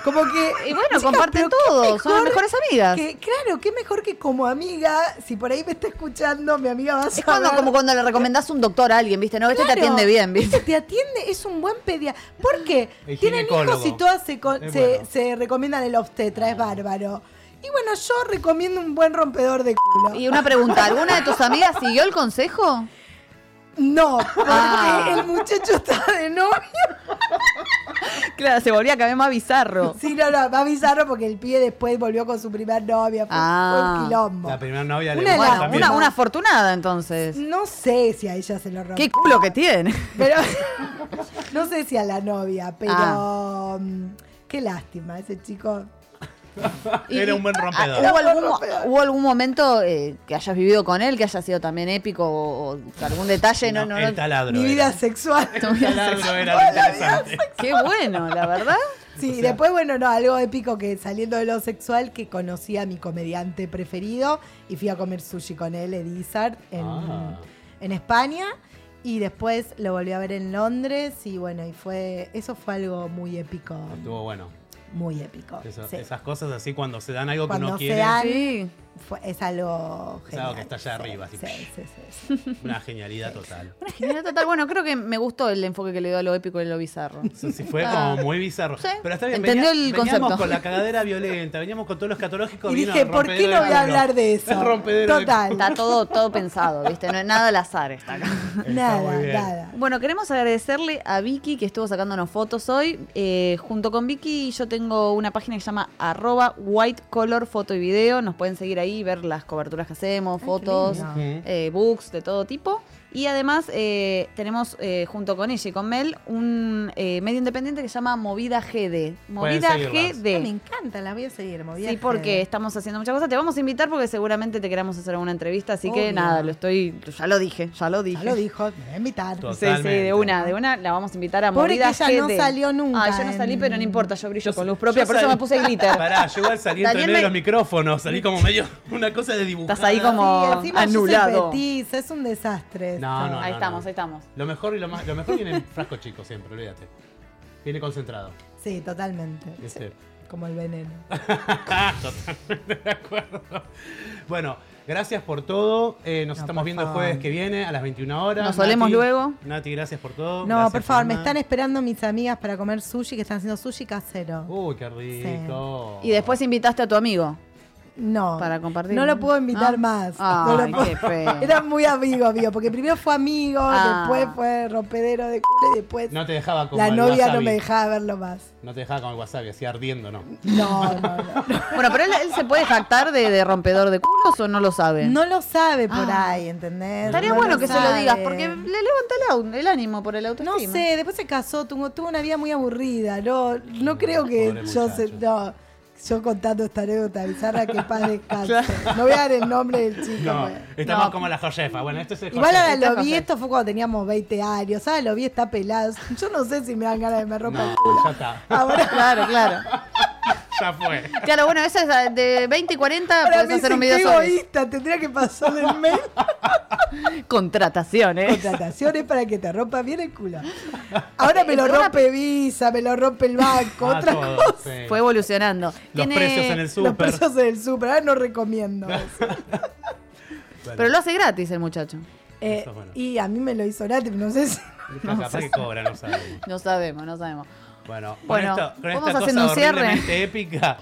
G: Como que.
F: Y bueno,
G: chicas,
F: comparten
G: pero qué
F: todo. Son las
G: mejor
F: mejores amigas.
G: que- claro, qué mejor que como amiga, si por ahí me está escuchando, mi amiga va a
F: Es cuando,
G: saber.
F: como cuando le recomendás un doctor a alguien, ¿viste? No, este
G: Claro,
F: te atiende bien, ¿viste?
G: este te atiende, es un buen pediatra. ¿Por qué?
E: El
G: Tienen
E: ginecólogo.
G: hijos y todas se, con-
E: Es
G: se-
E: bueno.
G: se recomiendan el obstetra, es bárbaro. Y bueno, yo recomiendo un buen rompedor de culo.
F: Y una pregunta, ¿alguna de tus amigas siguió el consejo?
G: No, porque
F: Ah.
G: el muchacho está de novio.
F: Claro, se volvía cada vez más bizarro.
G: Sí, no, no, más bizarro porque el pibe después volvió con su primer novia. Fue,
F: Ah.
G: fue un quilombo.
E: La primera novia le
G: Una de
E: gusta
G: las-
F: Bueno,
E: también.
F: una, una afortunada entonces.
G: No sé si a ella se lo rompió.
F: Qué culo que tiene.
G: Pero no sé si a la novia, pero
F: Ah.
G: mm, qué lástima ese chico.
E: Ah, Era un buen rompedor.
G: ah,
F: ¿Hubo algún, hubo algún momento eh, que hayas vivido con él que haya sido también épico o, o algún detalle? No, no,
E: el
F: no.
E: taladro.
G: Mi vida
E: era.
G: sexual.
E: El taladro era lo interesante.
F: Qué bueno, la verdad.
G: Sí, y después, bueno, no, algo épico que saliendo de lo sexual, que conocí a mi comediante preferido y fui a comer sushi con él, Edizard, en,
E: Ah.
G: en España. Y después lo volví a ver en Londres y bueno, y fue, eso fue algo muy épico,
E: Estuvo bueno.
G: muy épico.
E: Eso-
G: sí.
E: Esas cosas así cuando se dan algo que
G: Cuando
E: uno
G: se
E: quiere.
G: dan-
F: Sí.
G: Fue- es algo
E: Es
G: genial.
E: algo que está allá arriba, así.
G: Sí, sí, sí, sí.
E: Una genialidad total.
F: Una genialidad total. Bueno, creo que me gustó el enfoque que le dio a lo épico y lo bizarro.
E: Eso sí fue
G: Ah.
E: como muy bizarro.
F: Sí.
E: Pero está bien,
F: Entendió
E: venía-
F: el
E: veníamos
F: concepto.
E: con la cagadera violenta, veníamos con todos los catológicos.
G: Y
E: vino
G: dije,
E: el
G: ¿por qué
E: rompedero
G: no voy a
E: culo.
G: hablar de
E: El
G: eso?
E: rompedero de
G: Total.
F: Está todo, todo pensado, ¿viste? No es nada al azar está acá.
E: Está
G: Nada,
E: muy bien.
G: nada.
F: Bueno, queremos agradecerle a Vicky que estuvo sacándonos fotos hoy. Eh, junto con Vicky yo tengo una página que se llama arroba white color foto y video. Nos pueden seguir ahí, ver las coberturas que hacemos, fotos,
G: lindo.
F: eh, books de todo tipo. Y además eh, tenemos eh, junto con ella y con Mel un eh, medio independiente que se llama Movida GD. Movida
E: seguirlas.
G: Ah, me
F: GD.
G: encanta, la voy a seguir, me voy a
F: Sí, porque estamos haciendo muchas cosas. Te vamos a invitar porque seguramente te queramos hacer alguna entrevista. Así que
G: Obvio.
F: nada, lo estoy. Ya lo dije, ya lo dije.
G: Ya lo dijo, me va a invitar.
E: Total.
F: Sí, sí, de
E: Totalmente.
F: una, de una la vamos a invitar a
G: Pobre que
F: Movidas
G: ella no
F: GD.
G: salió nunca
F: Ah, yo no salí,
G: en-
F: pero no importa, yo brillo
E: Yo
F: con
E: sa-
F: luz propia,
E: yo
F: por eso
E: salí-
F: me puse glitter.
E: Pará, yo igual salí entre
F: Daniel
E: medio de los
F: me-
E: micrófonos, salí como medio una cosa de dibujar.
F: Estás ahí como-
G: Sí, encima yo soy
F: anulado.
G: petiza, es un desastre.
E: No,
G: esto.
E: no,
F: ahí estamos,
E: no.
F: ahí estamos.
E: Lo mejor y lo más, lo mejor viene en frasco chico siempre, olvídate. Viene concentrado.
G: Sí, totalmente.
E: Este.
G: Como el veneno.
E: Totalmente de acuerdo. Bueno, gracias por todo. Eh, nos
G: No,
E: estamos
G: por
E: viendo el
G: favor.
E: jueves que viene a las 21 horas.
F: Nos solemos
E: Nati,
F: luego.
E: Nati, gracias por todo.
G: No,
E: Gracias,
G: por favor, me
E: Juanma.
G: están esperando mis amigas para comer sushi, que están haciendo sushi casero.
E: Uy, qué rico.
F: Y después invitaste a tu amigo.
G: No.
F: Para compartir.
G: No lo puedo invitar
F: ¿No?
G: más.
F: Ay,
G: No lo puedo-
F: qué pena.
G: Era muy amigo, amigo. Porque primero fue amigo,
F: Ah.
G: después fue rompedero de c y después
E: No te dejaba con
G: la
E: el
G: novia
E: wasabi.
G: no me dejaba verlo más.
E: No te dejaba con el wasabi, así ardiendo, ¿no?
G: No, no, no.
F: Bueno, pero él, él se puede jactar de, de rompedor de culos o no lo sabe.
G: No lo sabe por
F: Ah.
G: ahí, ¿entendés?
F: Estaría
G: No
F: bueno que se lo
G: sabe.
F: digas, porque le levanta el, au- el ánimo por el
G: No
F: autoestima.
G: sé, después se casó, tuvo, tuvo una vida muy aburrida. No, no creo
E: Mm,
G: que
E: pobre
G: yo se-
E: muchacho.
G: no, yo contando esta anécdota bizarra que paz descanse. No voy a dar el nombre del chico.
E: No,
G: pues.
E: estamos
F: No.
E: como la Josefa. Bueno, este es el
G: Igual
E: Josefa.
G: ahora
F: Esta
G: lo vi,
F: cosa.
G: esto fue cuando teníamos 20 años. Ahora lo vi, está pelado. Yo no sé si me dan ganas de me romper
E: No,
G: el culo.
E: ya está.
G: Ahora,
F: Claro, claro.
E: Ya fue.
F: Claro, bueno, esa es la de 20 y 40
G: ahora
F: puedes
G: me
F: hacer
G: dicen
F: un
G: que
F: video sobre
G: egoísta, tendría que pasar el mail.
F: contrataciones.
G: Contrataciones para que te rompa bien el culo. Ahora me lo
F: Una-
G: rompe Visa, me lo rompe el banco,
E: Ah,
G: otra
E: todo,
G: cosa.
E: sí.
F: Fue evolucionando.
E: Los
F: Tiene-
E: precios en el
G: Los
E: súper.
G: precios del super, ahora no recomiendo eso.
E: Bueno,
F: Pero lo hace gratis el muchacho.
G: Eh,
E: es bueno.
G: Y a mí me lo hizo gratis, no sé si.
E: capaz que cobra, no sabemos.
F: No sabemos, no sabemos.
E: Bueno, con,
F: Bueno,
E: esto- con
F: ¿vamos
E: esta
F: haciendo
E: cosa
F: un cierre?
E: horriblemente épica,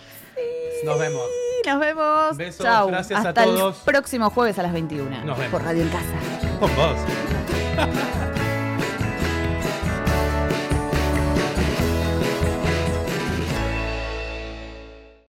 E: nos vemos.
F: Y nos vemos.
E: Besos,
F: Chau.
E: gracias a
F: Hasta
E: todos.
F: el próximo jueves a las 21.
E: Nos vemos.
F: Por Radio en Casa.
E: Con vos.